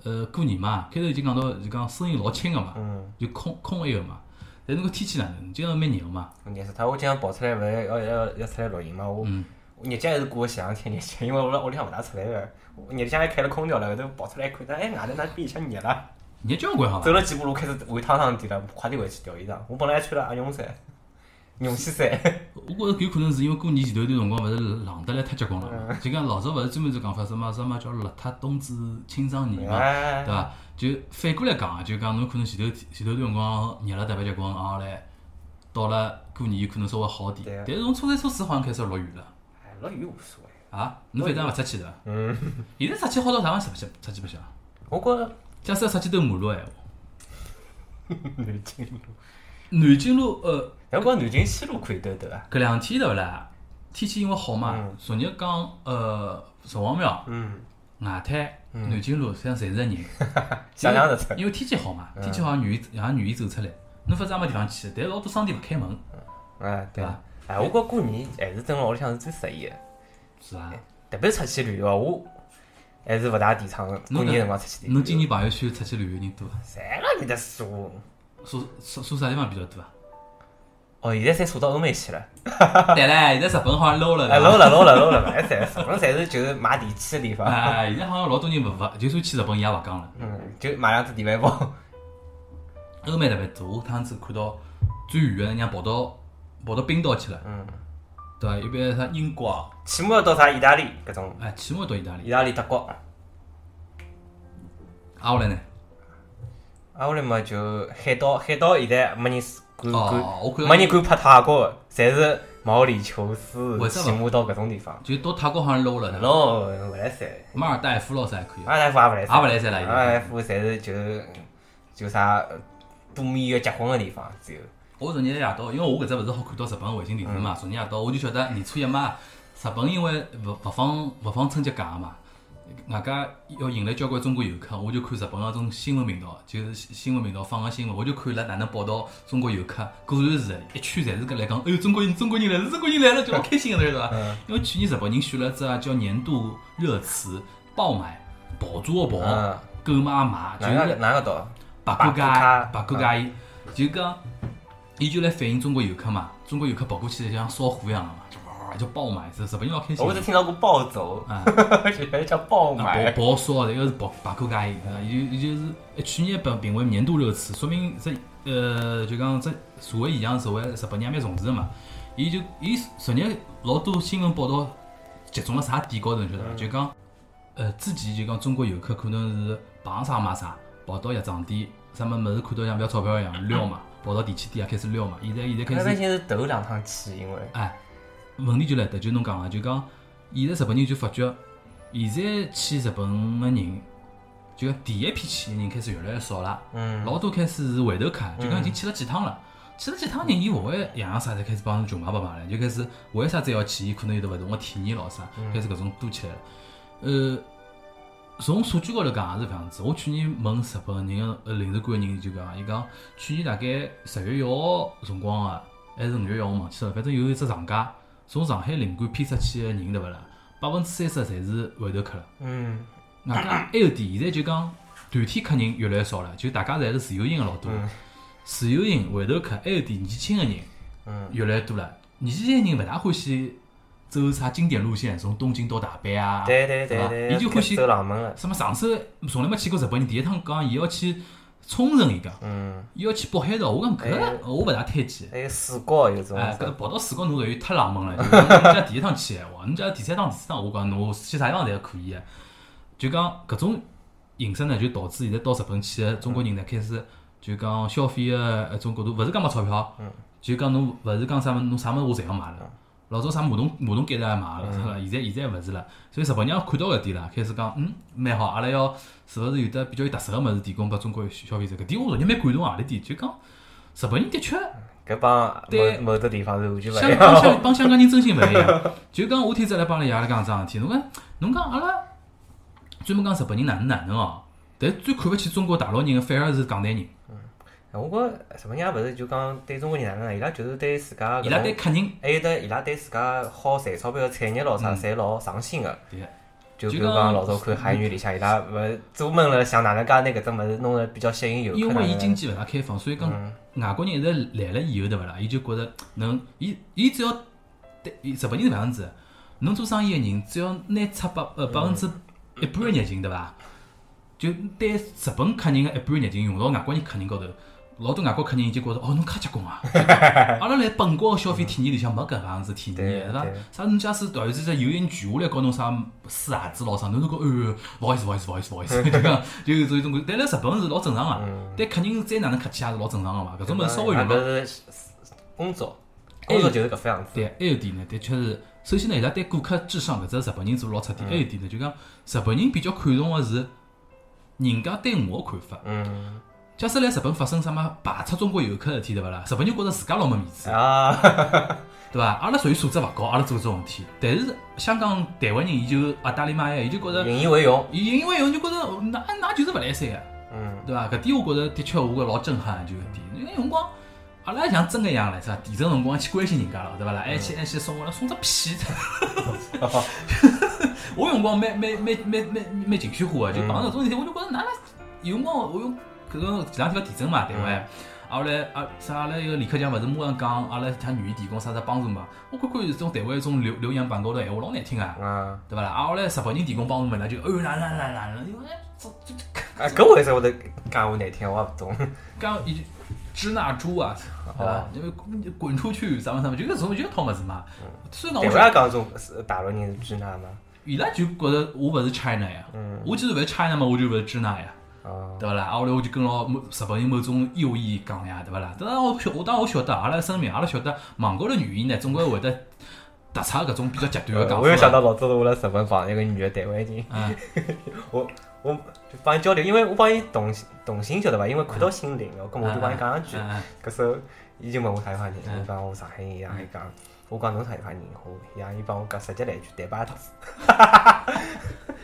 Speaker 2: 呃过年嘛，开头已经讲到就讲生意老轻个嘛，
Speaker 3: 嗯，
Speaker 2: 就空空一个嘛。但侬搿天气哪能？今朝蛮热个嘛，
Speaker 3: 我热死他，我今朝跑出来勿是要要要出来录音嘛？我
Speaker 2: 嗯，
Speaker 3: 我日脚还是过前两天日脚，因为我辣屋里向勿大出来个，我日脚还开了空调了，后头跑出来看，哎，外头哪比以前热了？
Speaker 2: 热交关好伐
Speaker 3: 走？了几步路开始胃烫烫的了，快点回去调衣裳。我本来还穿了阿绒衫、绒线衫，
Speaker 2: 我觉着有可能是因为过年前头段辰光勿是冷得来太结棍
Speaker 3: 嗯
Speaker 2: 了，就讲老早勿是专门是讲法什么什么叫邋遢冬至清上年嘛，
Speaker 3: 哎
Speaker 2: 对，伐？就反过来讲啊，就讲侬可能前头前头段辰光热了特别结棍，然后嘞到了过年有可能稍微好
Speaker 3: 对
Speaker 2: 点
Speaker 3: 啊，
Speaker 2: 但是从初三初四好像开始落雨了
Speaker 3: 哎落雨无所谓。
Speaker 2: 啊！侬反正也勿出去的，嗯， *laughs* 现在出去好到啥样出不去出去不去啊？
Speaker 3: 我觉着
Speaker 2: 假使要出去兜马路的闲话，
Speaker 3: 南京路，
Speaker 2: 南京路呃。
Speaker 3: 哎我觉着南京西路可以兜兜啊。
Speaker 2: 搿两天对勿啦？天气因为好嘛，昨日讲呃城隍庙、
Speaker 3: 嗯，
Speaker 2: 外滩、南京路，实际上侪是人，
Speaker 3: 想象得出。嗯
Speaker 2: 因为天气好嘛，天气好也愿意也愿意走出来。侬发啥没地方去？但是老多商店勿开门，
Speaker 3: 哎，
Speaker 2: 对伐？
Speaker 3: 哎，我觉着过年还是蹲辣屋里向是最适宜的，
Speaker 2: 是伐？
Speaker 3: 特别出去旅游，我还是勿大提倡过年辰光出去旅游。
Speaker 2: 侬今年朋友圈出去旅游人多伐？
Speaker 3: 侪辣面搭数？
Speaker 2: 说说说啥地方比较多啊？ *laughs*
Speaker 3: 哦，现在侪数到欧美去了，
Speaker 2: 对唻，现在日本好像 low 了，
Speaker 3: 哎，
Speaker 2: 对啊伐
Speaker 3: 漏了漏了漏了，哎，侪什么侪是就是买地契的地
Speaker 2: 哎
Speaker 3: 方，
Speaker 2: 哎，哎现在好像老多人勿勿，就算去日本伊也勿讲了。
Speaker 3: 嗯，就买两只电饭煲，
Speaker 2: 欧美特别多，我趟子看到最远的人家跑到跑到冰岛去了，
Speaker 3: 嗯，
Speaker 2: 对伐？一般啥英国啊，
Speaker 3: 起码要到啥意大利搿种，
Speaker 2: 哎，起码到意大利
Speaker 3: 意。大利、德国，
Speaker 2: 挨下来呢？
Speaker 3: 啊，我来嘛就海岛，海岛现在没人敢
Speaker 2: 哦，我
Speaker 3: 敢，
Speaker 2: 看
Speaker 3: 嗯没人敢拍泰国的，侪是毛里求斯
Speaker 2: 为、啥
Speaker 3: 起码到搿种地方，
Speaker 2: 就到泰国好像 low 了，对吧
Speaker 3: 咯，勿来三。
Speaker 2: 马尔代夫老师还可以，
Speaker 3: 阿拉夫也勿来塞，
Speaker 2: 也勿来塞了已经
Speaker 3: 阿拉夫哎侪是就是就啥度蜜月结婚个地方，只有
Speaker 2: 我昨日夜到，因为我搿只勿是好看到日本个卫星电视
Speaker 3: 嗯
Speaker 2: 嘛，昨日夜到我就晓得年初一嘛，日本因为勿勿放勿放春节假个嘛，外加要引来交关中国游客，我就看日本个种新闻频道，就是新新闻频道放个新闻，我就看伊拉哪能报道中国游客，果然是的一圈侪是搿来讲，哎呦中国人中国人来了，中国人来了，就老开心个对伐？
Speaker 3: 嗯
Speaker 2: 因为去年日本人选了只叫年度热词爆买，爆炸个爆，
Speaker 3: 嗯，
Speaker 2: 购买个买，哦就
Speaker 3: 哪
Speaker 2: 是
Speaker 3: 个哪个岛？
Speaker 2: 白
Speaker 3: 白
Speaker 2: 骨
Speaker 3: 骨
Speaker 2: 家
Speaker 3: 家，
Speaker 2: 白骨家伊就讲，伊就来反映中国游客嘛，中国游客跑过去像烧火一样的嘛，就哇就爆嘛，是日本人老开心
Speaker 3: 我
Speaker 2: 的
Speaker 3: 只。听到过暴走，
Speaker 2: 啊，
Speaker 3: *laughs* 就还叫暴
Speaker 2: 啊
Speaker 3: 买，
Speaker 2: 爆爆烧的，一个是爆白骨家伊，啊伊就伊就是哎去年被评为年度热词，说明这呃就讲这社会现象，社会日本人也蛮重视的嘛。伊就伊昨日老多新闻报道集中了啥点高头，你晓得伐？就讲呃，之前就讲中国游客可能是碰啥买啥，跑到药妆店，啥么物事看到像不要钞票一样撩嘛，跑到电器店也开始撩嘛。现在现在
Speaker 3: 那
Speaker 2: 开
Speaker 3: 那
Speaker 2: 始，
Speaker 3: 些是头两趟去，因为
Speaker 2: 哎，问题就来得，就侬讲啊个，就讲现在日本人就发觉，现在去日本个人，就讲第一批去个人开始越来越少了，
Speaker 3: 嗯，
Speaker 2: 老多开始是回头客，就讲已经去了几趟了。去了几趟人，伊勿会样样哎啥侪开始帮侬穷买白买了，就开始为啥再要去？伊可能有得勿同个体验咯啥，
Speaker 3: 嗯
Speaker 2: 开始搿种多起来了。呃，从数据高头讲也是搿样子。我去年问日本人个呃领事馆个人就讲，伊讲去年大概十月一号辰光啊，还是五月一号我忘记了，反正有一只长假，从上海领馆批出去个人对勿啦？百分之三十侪是回头客了。
Speaker 3: 嗯，
Speaker 2: 外加还有点，现在就讲团体客人越来越少了，就大家侪是自由行个老多
Speaker 3: 嗯，
Speaker 2: 自由行回头客，还有点年轻个人
Speaker 3: 嗯，
Speaker 2: 越来越多了。年轻个人勿大欢喜走啥经典路线，从东京到大阪啊，
Speaker 3: 对对
Speaker 2: 是
Speaker 3: 对
Speaker 2: 吧
Speaker 3: 对，
Speaker 2: 伊就欢喜
Speaker 3: 走冷门了，
Speaker 2: 什么上次从来没去过日本，人第一趟讲伊要去冲绳，伊讲
Speaker 3: 嗯，
Speaker 2: 伊要去北海道，我讲搿
Speaker 3: 哎
Speaker 2: 个我勿大推荐。
Speaker 3: 还有水果有种，
Speaker 2: 哎，搿跑到四高侬属于太冷门了。就是 *laughs* 讲侬家第一趟去闲话，侬家第三趟、第四趟，我讲侬去啥地方侪可以的。就讲搿种形式呢，就导致现在到日本去的中国人呢，开始就讲消费的一种角度，勿是讲没钞票，就讲侬勿是讲啥物事，侬啥物事我侪要买了。老早啥马桶马桶盖头也买了，是伐？现在现在勿是了，所以日本人也看到搿点了，开始讲嗯蛮好，阿拉要是勿是有得比较有特色个物事提供拨中国消费者？搿点我昨日蛮感动啊！里点就讲日本人的确。
Speaker 3: 搿帮
Speaker 2: 对
Speaker 3: 某某个地方是完全勿
Speaker 2: 香
Speaker 3: *laughs* 一
Speaker 2: 帮
Speaker 3: 样，
Speaker 2: 香帮香港人真心勿一样。就讲我天子来帮阿拉爷拉讲桩事体，侬讲侬讲阿拉专门讲日本人哪能哪能哦，但是最看勿起中国大陆人的反而是港台人，
Speaker 3: *laughs* 我觉着什么人也勿是就讲对中国人哪能啊，伊拉就是对自家搿
Speaker 2: 伊拉
Speaker 3: 种
Speaker 2: 对客人
Speaker 3: 还有得伊拉对自家好赚钞票个产业咯啥，侪老上心个。
Speaker 2: 对个
Speaker 3: 就比
Speaker 2: 就
Speaker 3: 如
Speaker 2: 讲
Speaker 3: 讲老早看《海女》里向，伊拉勿专门了想哪能介拿搿只物事弄得比较吸引游客。
Speaker 2: 因为伊
Speaker 3: 哪能嗯
Speaker 2: 经济勿大开放，所以讲外国人一直来了以后，对勿啦？伊就觉着能，伊伊只要对伊日本人是搿样子，
Speaker 3: 嗯
Speaker 2: 侬做生意个人只要拿出百呃百分之一半个热情，对伐？就对日本客人个一半热情用到外国人客人高头，老多外国客人已经觉着哦，侬介结
Speaker 3: *laughs*
Speaker 2: 棍啊！阿拉来本国个消费体验里向没搿样子体验，是吧
Speaker 3: 对？
Speaker 2: 啥侬假使突然之间有人举下来告侬啥试鞋子咯啥，侬就讲哦，勿好意思，勿好意思，勿好意思，勿好意思， *laughs* 就讲就有种感觉。但辣日本是老正常啊个，
Speaker 3: 嗯
Speaker 2: 对客人再哪能客气也是老正常个嘛。搿种物事稍微
Speaker 3: 啊
Speaker 2: 用到
Speaker 3: 搿是工作，工作就是搿副样子。
Speaker 2: 对，还有一点呢，的确是，首先呢，伊拉对顾客至上搿只日本人做得老彻底。还有一点呢，就讲日本人比较看重个是人家对我个看法。
Speaker 3: 嗯
Speaker 2: 假使来日本发生啥么排斥中国游客的事体，对勿啦？日本人觉着自家老没面子，
Speaker 3: 啊，
Speaker 2: *laughs* 对伐？阿拉属于素质勿高，阿拉做这种事体。但是香港、台湾人，伊就阿达里妈呀，伊就觉着，
Speaker 3: 引以为荣。
Speaker 2: 伊因为有人就觉着，那那就是勿来三个。啊
Speaker 3: 嗯
Speaker 2: 对伐？搿点我觉着的确我觉老震撼，就搿点。因为有辰光阿拉像真个一样唻，是伐？地震辰光去关心人家了，对伐啦？还去还去送我了，送只屁！ *laughs* 我有辰光蛮蛮蛮蛮蛮蛮情绪化个，就碰到搿种事体，我就觉着哪能有辰光我用搿种前两天个地震嘛，对伐？阿拉阿啥阿拉一个李克强勿是马上讲阿拉向愿意提供啥啥帮助嘛？我看看这种台湾一种留留言板高头闲话老难听啊，
Speaker 3: 啊，
Speaker 2: 对伐啦？啊，后来日本人提供帮助嘛，那就哦哪哪哪哪哪，因为这这这。
Speaker 3: 啊，搿为啥会得讲话难听？我也勿懂。
Speaker 2: 刚一句支那猪啊，对吧
Speaker 3: 哦？
Speaker 2: 因为滚滚出去，啥么啥么，就搿种就套么子嘛。虽然
Speaker 3: 台
Speaker 2: 讲我
Speaker 3: 湾
Speaker 2: 觉
Speaker 3: 也讲种呃是大陆人是支那嘛。
Speaker 2: 伊拉就觉着我勿是 China 呀，我既然勿是 China 嘛，我就勿是支那呀，
Speaker 3: 哦，
Speaker 2: 对伐啦？啊，后来我就跟牢某日本人某种右翼讲呀，对伐啦？当然我晓，我当然我晓得，阿拉声明，阿拉晓得网高头语言呢，总归会得突出搿种比较极端的讲法。
Speaker 3: 我又想到老早我辣日本碰一个女的台湾人，
Speaker 2: 嗯，
Speaker 3: 我我就帮伊交流，因为我帮伊动心动心晓得伐？因为看到心灵了，搿么我就帮伊讲两句。
Speaker 2: 嗯，嗯
Speaker 3: 搿时候伊就问我啥地方人，
Speaker 2: 嗯
Speaker 3: 我讲我上海人，伊拉还讲，我讲侬啥地方人，我伊啊拉伊帮我讲直接来一句台巴头，
Speaker 2: 嗯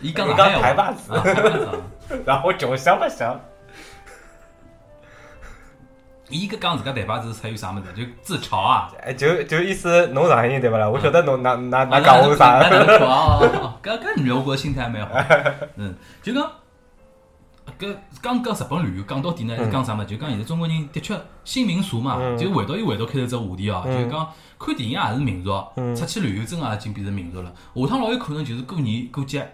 Speaker 2: 伊讲
Speaker 3: 伊
Speaker 2: 上
Speaker 3: 讲
Speaker 2: 海话
Speaker 3: 台巴子
Speaker 2: 啊台湾话啊
Speaker 3: *laughs* 然后我就想了想，
Speaker 2: 伊搿讲自家台巴子是出于啥物事？就自嘲啊。
Speaker 3: 哎就就意思侬上海人对勿啦？我晓得侬哪哪哪
Speaker 2: 啊
Speaker 3: 讲我啥，
Speaker 2: 那
Speaker 3: *laughs*
Speaker 2: 那哦，搿搿女的我觉着心态还蛮好，嗯，就讲。搿刚讲日本旅游讲到底呢，
Speaker 3: 嗯
Speaker 2: 是讲啥嘛？就讲现在中国人的确新民俗嘛，就回到又回到开头只话题哦，
Speaker 3: 嗯
Speaker 2: 就是讲看电影也是民俗，出去旅游真个已经变成民俗了。下趟老有可能就是过年过节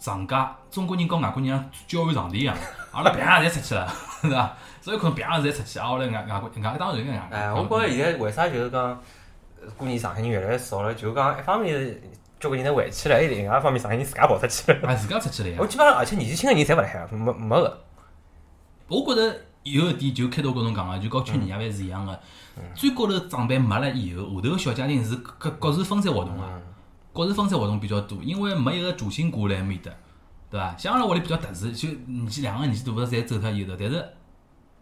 Speaker 2: 长假，中国人跟外国人像交换场地一样，阿拉啪侪出去了， *laughs* 是伐？所以可能啪侪出去，啊，后来外外国外当然外
Speaker 3: 哎，我觉着现在为啥就是讲，呃过年上海人越来越少了，就是讲一方面是交关人侪回去了，还有另外一方面上海人自家跑出去了。
Speaker 2: 啊自家出去了呀
Speaker 3: 哎我。基本上，而且年纪轻的人侪勿来海，没没个。
Speaker 2: 我觉着有一点就开头跟侬讲啊个，就跟去年夜饭是一样个。
Speaker 3: 嗯
Speaker 2: 最高头长辈没了以后，下头个小家庭是各各自分散活动个，
Speaker 3: 嗯
Speaker 2: 各自分散活动比较多，因为没一个主心骨辣埃面搭，对伐？像阿拉屋里比较特殊，就年纪两个年纪大个侪走脱以后头，但是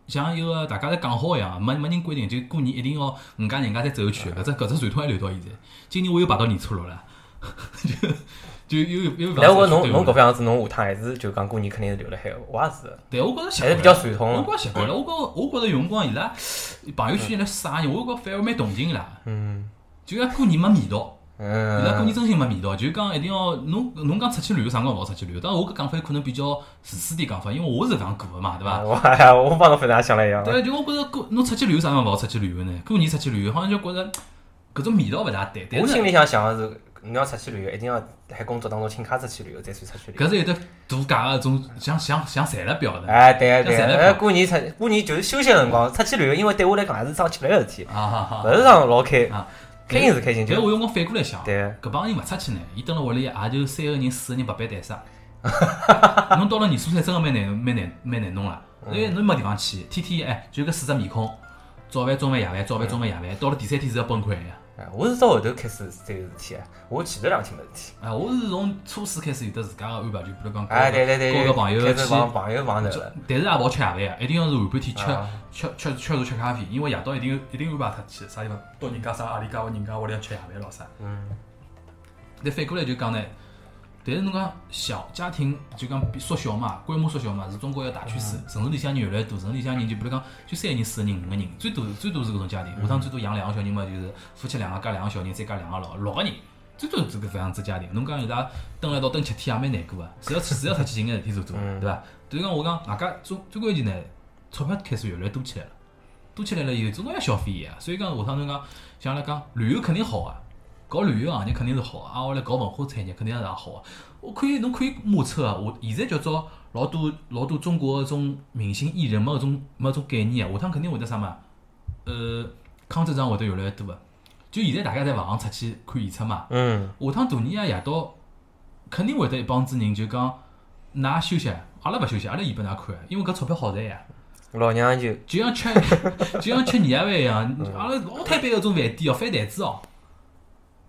Speaker 2: 像有个大家侪讲好一样，没没人规定就过年一定要五家人家侪走一圈，
Speaker 3: 嗯
Speaker 2: 搿只搿只传统还留到现在。今年我又排到年初六了， *laughs* 就就又又又
Speaker 3: 但我觉着侬侬搿副样子，侬下趟还是就讲过年肯定是留辣海，我也是，
Speaker 2: 对，我觉着习
Speaker 3: 还是
Speaker 2: 惯
Speaker 3: 比
Speaker 2: 了
Speaker 3: 较传
Speaker 2: 我
Speaker 3: 统
Speaker 2: 觉。着习惯了，我觉着我觉着有辰光伊拉朋友圈里来晒人，我觉着反而蛮同情伊拉。
Speaker 3: 嗯
Speaker 2: 就讲过年没味道，伊拉过
Speaker 3: 嗯
Speaker 2: 年真心没味道。就讲一定要侬侬讲出去旅游，啥辰光勿好出去旅游？当然我搿讲法有可能比较自私点讲法，因为我是搿样过个嘛，对
Speaker 3: *laughs*
Speaker 2: 伐？
Speaker 3: 我哎我帮侬分享想了一样。
Speaker 2: 对，就我觉着过侬出去旅游啥辰光勿好出去旅游呢？过年出去旅游好像就觉着搿种味道勿大对，但
Speaker 3: 我心
Speaker 2: 是
Speaker 3: 里想想的是，侬要出去旅游，一定要辣海工作当中请假出去旅游，再算出去旅游。
Speaker 2: 搿是有得度假个种像像像赚了表的
Speaker 3: 哎，对对，
Speaker 2: 搿侪来
Speaker 3: 哎，
Speaker 2: 跑
Speaker 3: 过年出过年就是休息的辰光出去旅游，因为对我来讲也是桩吃力的事体，
Speaker 2: 啊哈哈
Speaker 3: 勿。是桩老开
Speaker 2: 啊，
Speaker 3: 开心是开心，
Speaker 2: 但
Speaker 3: 就是
Speaker 2: 我有辰光反过来想，
Speaker 3: 对
Speaker 2: 搿帮人勿出去呢，伊蹲辣屋里也就三个人、四个人白白
Speaker 3: *laughs*
Speaker 2: 带杀。侬到了年初三真个蛮难、蛮难、蛮难弄了，
Speaker 3: 嗯
Speaker 2: 因为侬没地方去，天天哎就搿四只面孔，早饭、中饭、夜饭，早
Speaker 3: 嗯
Speaker 2: 饭、中饭、夜饭，到了第三天是要崩溃的。
Speaker 3: 哎，我是到后头开始这个事体的，我前头两天没事体。
Speaker 2: 哎，我是从初四开始有得自家个安排，就比如讲搞
Speaker 3: 哎，对对对，
Speaker 2: 交个朋友
Speaker 3: 开
Speaker 2: 去
Speaker 3: 始，帮朋友碰头了。
Speaker 2: 但是也勿好吃夜饭的，一定要是下半天吃
Speaker 3: 啊
Speaker 2: 吃吃吃茶吃咖啡，因为夜到一定一定安排脱去，啥地方到人家啥阿里家或人家屋里向吃夜饭咯啥。
Speaker 3: 嗯，
Speaker 2: 但反过来就讲呢，但是侬讲小家庭就讲比缩小嘛，规模缩小嘛，是中国一个大趋势。城市里向人越来越多，城市里向人就比如讲就三个人、四个人、五个人，最多最多是搿种家庭。下趟最多养两个小人嘛，就是夫妻两个加两个小人，再加两个老六个人。最多是搿副样子家庭，侬讲伊拉蹲辣一道蹲七天也蛮难过个，是要是要出去寻眼事体做做，对伐？就是讲我讲，大家最最关键呢，钞票开始越来越多起来了，多起来了以后，总归要消费伊啊。所以讲下趟侬讲，像阿拉讲旅游肯定好啊，搞旅游行业肯定是好啊，挨下来搞文化产业肯定也是好啊。我可以，侬可以目测啊，我现在叫做老多老多中国搿种明星艺人没搿种没搿种概念啊，下趟肯定会得啥嘛？呃，康州场会得越来越多个。就现在大家侪勿行出去看演出嘛，
Speaker 3: 嗯
Speaker 2: 下趟大年夜夜到，肯定会得一帮子人就讲，㑚休息，啊阿拉勿休息，阿拉演拨㑚看，啊因为搿钞票好赚呀。
Speaker 3: 老娘就
Speaker 2: 就像吃 *laughs* 就像吃年夜饭一样，阿拉老太板搿种饭店哦，翻台子哦，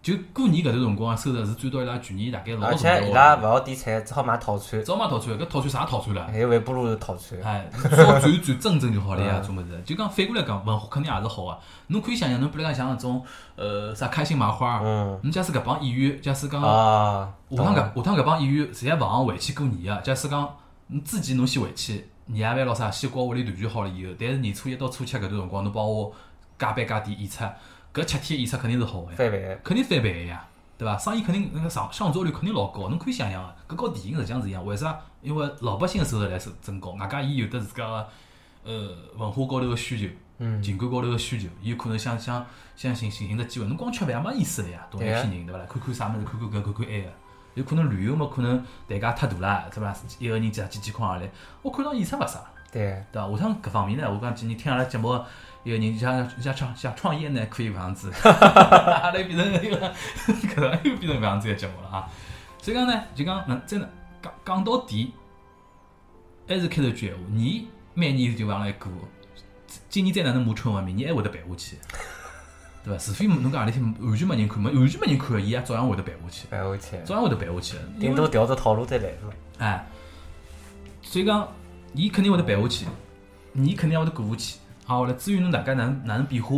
Speaker 2: 就过年搿段辰光啊收入是占到伊拉全年大概老大
Speaker 3: 而
Speaker 2: 的
Speaker 3: 且
Speaker 2: 哦
Speaker 3: 伊拉勿好点菜，只好买套餐，
Speaker 2: 早买套餐，搿套餐啥套餐了？
Speaker 3: 还有微波炉是套餐。
Speaker 2: 哎，少
Speaker 3: *laughs*
Speaker 2: 转转正正就好了
Speaker 3: 嗯
Speaker 2: 呀，做物事。就讲反过来讲，文化肯定也是好个。侬可以想想，侬比如讲像搿种呃啥开心麻花，
Speaker 3: 嗯
Speaker 2: 侬假使搿帮演员，假使讲
Speaker 3: 啊，
Speaker 2: 下趟
Speaker 3: 懂了
Speaker 2: 搿下趟搿帮演员侪勿行回去过年啊，假使讲侬自己侬先回去，年夜饭咾啥先和屋里团聚好了以后，但是年初一到初七搿段辰光，侬帮我加班加点演出，搿七天演出肯定是好个呀，
Speaker 3: 翻倍，
Speaker 2: 肯定翻倍个呀，对伐？生意肯定那个上上座率肯定老高，侬可以想想啊，搿和电影实际上是一样，为啥？因为老百姓个收入来是增高，外加伊有得自家个呃文化高头个需求。
Speaker 3: 嗯，
Speaker 2: 情感高头个需求，伊有可能想想想寻寻寻只机会，侬光吃饭也没意思了呀，同一批
Speaker 3: 对啊
Speaker 2: 人对伐啦？看看啥物事，看看搿，看看埃个，有可能旅游嘛，可能代价太大啦，对伐啦？一个人几几几块下来，我看上演出勿啥，
Speaker 3: 对，
Speaker 2: 对伐？下趟搿方面呢，我讲今年听阿拉节目，一个人想想创想创业呢，可以搿样子， *laughs* 阿拉变成一个搿能又变成搿样子个节目了啊！所以讲呢，就讲能真的讲讲到底，还是开头句闲话，你每年就往来过，今年再哪能骂春晚，明年还会得办下去，对伐？除非侬讲何里天完全没人看，没完全没人看个，伊也照样会得办下去，
Speaker 3: 翻回去，
Speaker 2: 照样会得办下去的。因
Speaker 3: 顶
Speaker 2: 为
Speaker 3: 多调只套路再来嘛。
Speaker 2: 哎，所以讲，伊肯定会得办下去，你肯定也会得过下去。啊，来至于侬大家哪能哪能变化，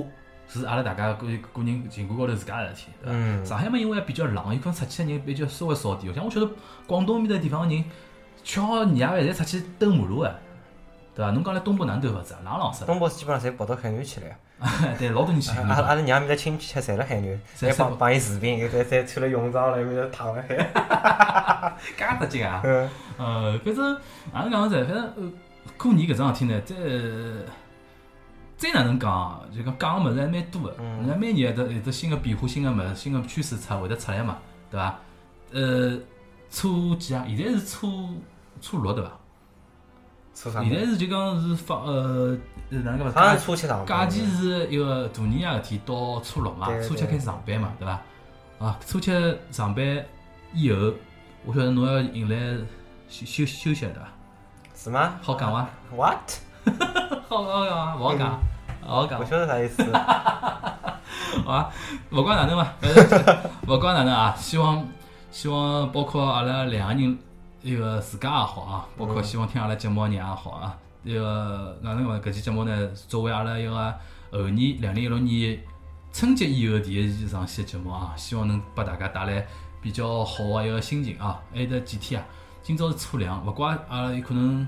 Speaker 2: 是阿拉大家个个人情感高头自家的事体，对伐？
Speaker 3: 嗯
Speaker 2: 上海嘛，因为比较冷，有可能出去的人比较稍微少点。像我晓得广东面的地方的人，吃好年夜饭侪出去兜马路的，对伐？侬讲来东北哪能兜法子啊？冷
Speaker 3: *laughs*
Speaker 2: 冷死了，
Speaker 3: 东北基本上侪跑到海南去了呀。
Speaker 2: 对，老多人去看
Speaker 3: 阿拉
Speaker 2: 侬
Speaker 3: 啊阿拉娘面搭亲戚侪辣海南，
Speaker 2: 嗯侪
Speaker 3: 还
Speaker 2: 是
Speaker 3: 帮帮伊视频，侪侪穿了泳装辣埃面搭躺
Speaker 2: *laughs*
Speaker 3: 辣海。
Speaker 2: 介得劲啊！
Speaker 3: 嗯
Speaker 2: 呃，反正哪能讲呢？反正呃，过年搿桩事体呢，再再哪能讲啊，就讲讲个物事还蛮多个，
Speaker 3: 嗯
Speaker 2: 人家每年有得有得新个变化、新个物事、新个趋势出会得出来嘛，对伐？呃，初几啊？现在是初初六对伐？
Speaker 3: 初三
Speaker 2: 现在是就讲是放呃呃哪能讲
Speaker 3: 好
Speaker 2: 法
Speaker 3: 像
Speaker 2: 子？
Speaker 3: 是初七上班。
Speaker 2: 假期是一个大年夜事体到初六嘛
Speaker 3: 对，对
Speaker 2: 初七开始上班嘛，对伐？啊，初七上班以后，我晓得侬要迎来休休休息对伐？
Speaker 3: 什么
Speaker 2: 好讲伐？
Speaker 3: ？What？
Speaker 2: *laughs* 好好讲啊，勿好讲，勿好讲
Speaker 3: 不，晓得啥
Speaker 2: *laughs*
Speaker 3: 意思。
Speaker 2: 啊好啊，勿管哪能伐，反正勿管哪能啊，希望希望包括阿拉两个人，那个自家也好啊，包括希望听阿拉节目的人也好啊，那个哪能讲，搿期节目呢，作为阿拉一个后年两零一六年春节以后第一期上线节目啊，希望能拨大家带来比较好的一个心情啊。还有得几天啊，今朝是初两，勿怪阿拉有可能。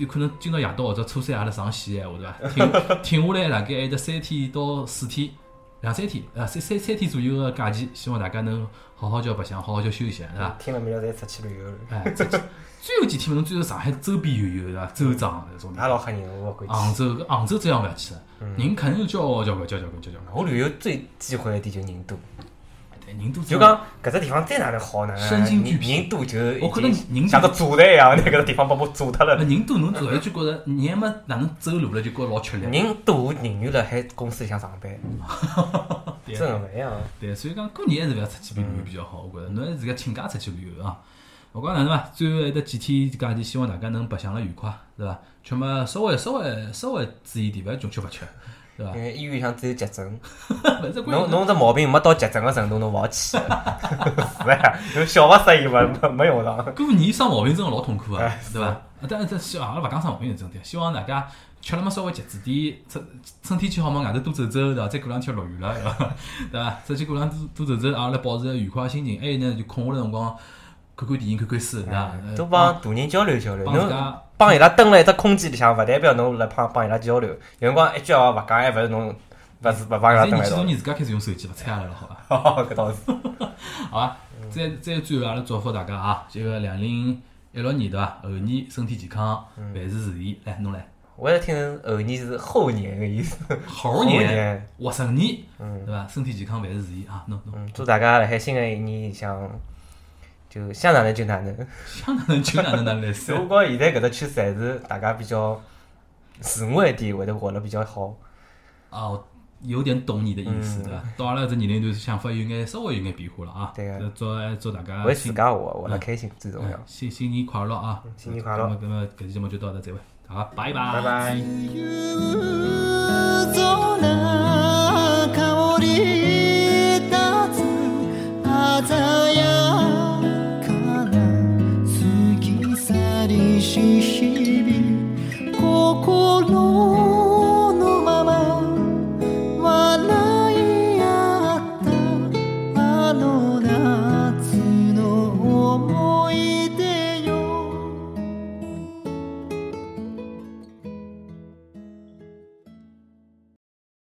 Speaker 2: 有可能今朝夜到或者初三阿拉上线闲话对伐？ *laughs* 停停下来大概还有得三天到四天，两三天，呃，三三三天左右个假期，希望大家能好好叫白相，好好叫休息，对伐？
Speaker 3: 听了没有？侪出去旅游了。
Speaker 2: 哎，最最后几天嘛，侬最后上海周边游游，对伐？周庄那种地
Speaker 3: 也
Speaker 2: 方。
Speaker 3: 老吓人，我勿敢
Speaker 2: 杭
Speaker 3: 去。
Speaker 2: 州，搿杭州这样勿要去了，
Speaker 3: 嗯
Speaker 2: 人肯定哦交交关交交关交交关。
Speaker 3: 我旅游最忌讳一点就人多，
Speaker 2: 但哎人多
Speaker 3: 就
Speaker 2: 真的，
Speaker 3: 讲搿只地方再哪能好呢？
Speaker 2: 身心俱疲
Speaker 3: 人人多就已
Speaker 2: 我觉得人
Speaker 3: 经像个炸弹一样，那搿个地方把我炸脱
Speaker 2: *laughs*
Speaker 3: 了。
Speaker 2: 呃人多侬突然就觉着人还没哪能走路了，就觉着老吃力。
Speaker 3: 人多，我宁愿辣海公司里向上班，
Speaker 2: *laughs* 对啊
Speaker 3: 真的勿一样。
Speaker 2: 对，所以讲过年还是勿要出去旅
Speaker 3: 嗯
Speaker 2: 游比较好，我觉着侬还是自家请假出去旅游啊。勿管哪能伐，最后还得几天假期，希望大家能白相了愉快，对伐？吃嘛稍微稍微稍微注意点，勿要穷吃勿吃，对伐
Speaker 3: 因？为医院里向只有急诊，
Speaker 2: 反正关
Speaker 3: 嗯侬
Speaker 2: 于
Speaker 3: 侬这毛病没到急诊个程度，侬勿
Speaker 2: *laughs*
Speaker 3: 好去。是呀，侬啊小勿适意没没没用上。
Speaker 2: 过年生毛病真个老痛苦啊，对伐？啊但但是阿拉勿讲生毛病是真的，希望大家吃了嘛稍微节制点，趁趁天气好嘛外头多走走，对伐？再过两天落雨了， *laughs* 对伐？对伐？出去过两天多走走，阿拉保持个愉快的心情。还有呢，就空下来辰光看看电影，看看书，对伐？
Speaker 3: 多帮大人交流交流，
Speaker 2: 呃帮自家
Speaker 3: 侬帮伊拉蹲辣一只空间里向，勿代表侬辣帮帮伊拉交流。有辰光一句话勿讲，还勿是侬勿是勿帮伊拉
Speaker 2: 现在
Speaker 3: 蹲
Speaker 2: 年 *laughs* 纪大，人自家
Speaker 3: 辣一道。
Speaker 2: 开始用手机勿睬阿拉了，好伐？ *laughs*
Speaker 3: 哦，搿倒是。
Speaker 2: 好伐？再再最后阿拉祝福大家嗯啊，这个两零一六年对伐？猴年身体健康，万事如意。来，侬来，
Speaker 3: 我还听后年是后年个意思。
Speaker 2: 猴
Speaker 3: 猴
Speaker 2: 年
Speaker 3: 年、
Speaker 2: 活成年，
Speaker 3: 嗯
Speaker 2: 对伐？身体健康万事如意啊！侬侬
Speaker 3: 嗯，祝大家辣海新的一年里向，就想哪能就哪能。
Speaker 2: 想哪能就哪能哪能来
Speaker 3: 只不 *laughs*
Speaker 2: 塞。
Speaker 3: 过现在搿只趋势还是大家比较自我一点，会得活得比较好。
Speaker 2: 哦，有点懂你的意
Speaker 3: 嗯
Speaker 2: 思，对伐？到阿拉这年龄段，想法有眼稍微有眼变化了啊。
Speaker 3: 对个
Speaker 2: 个，祝哎祝大家
Speaker 3: 为自
Speaker 2: 新
Speaker 3: 家活，活得开心最重要
Speaker 2: 哎。新新年快乐啊！
Speaker 3: 嗯新年快乐
Speaker 2: 那么那么搿期节目就到这，再会，好，拜拜，
Speaker 3: 拜拜。
Speaker 4: 夜空香り立つ鮮やかな過ぎ去りし日々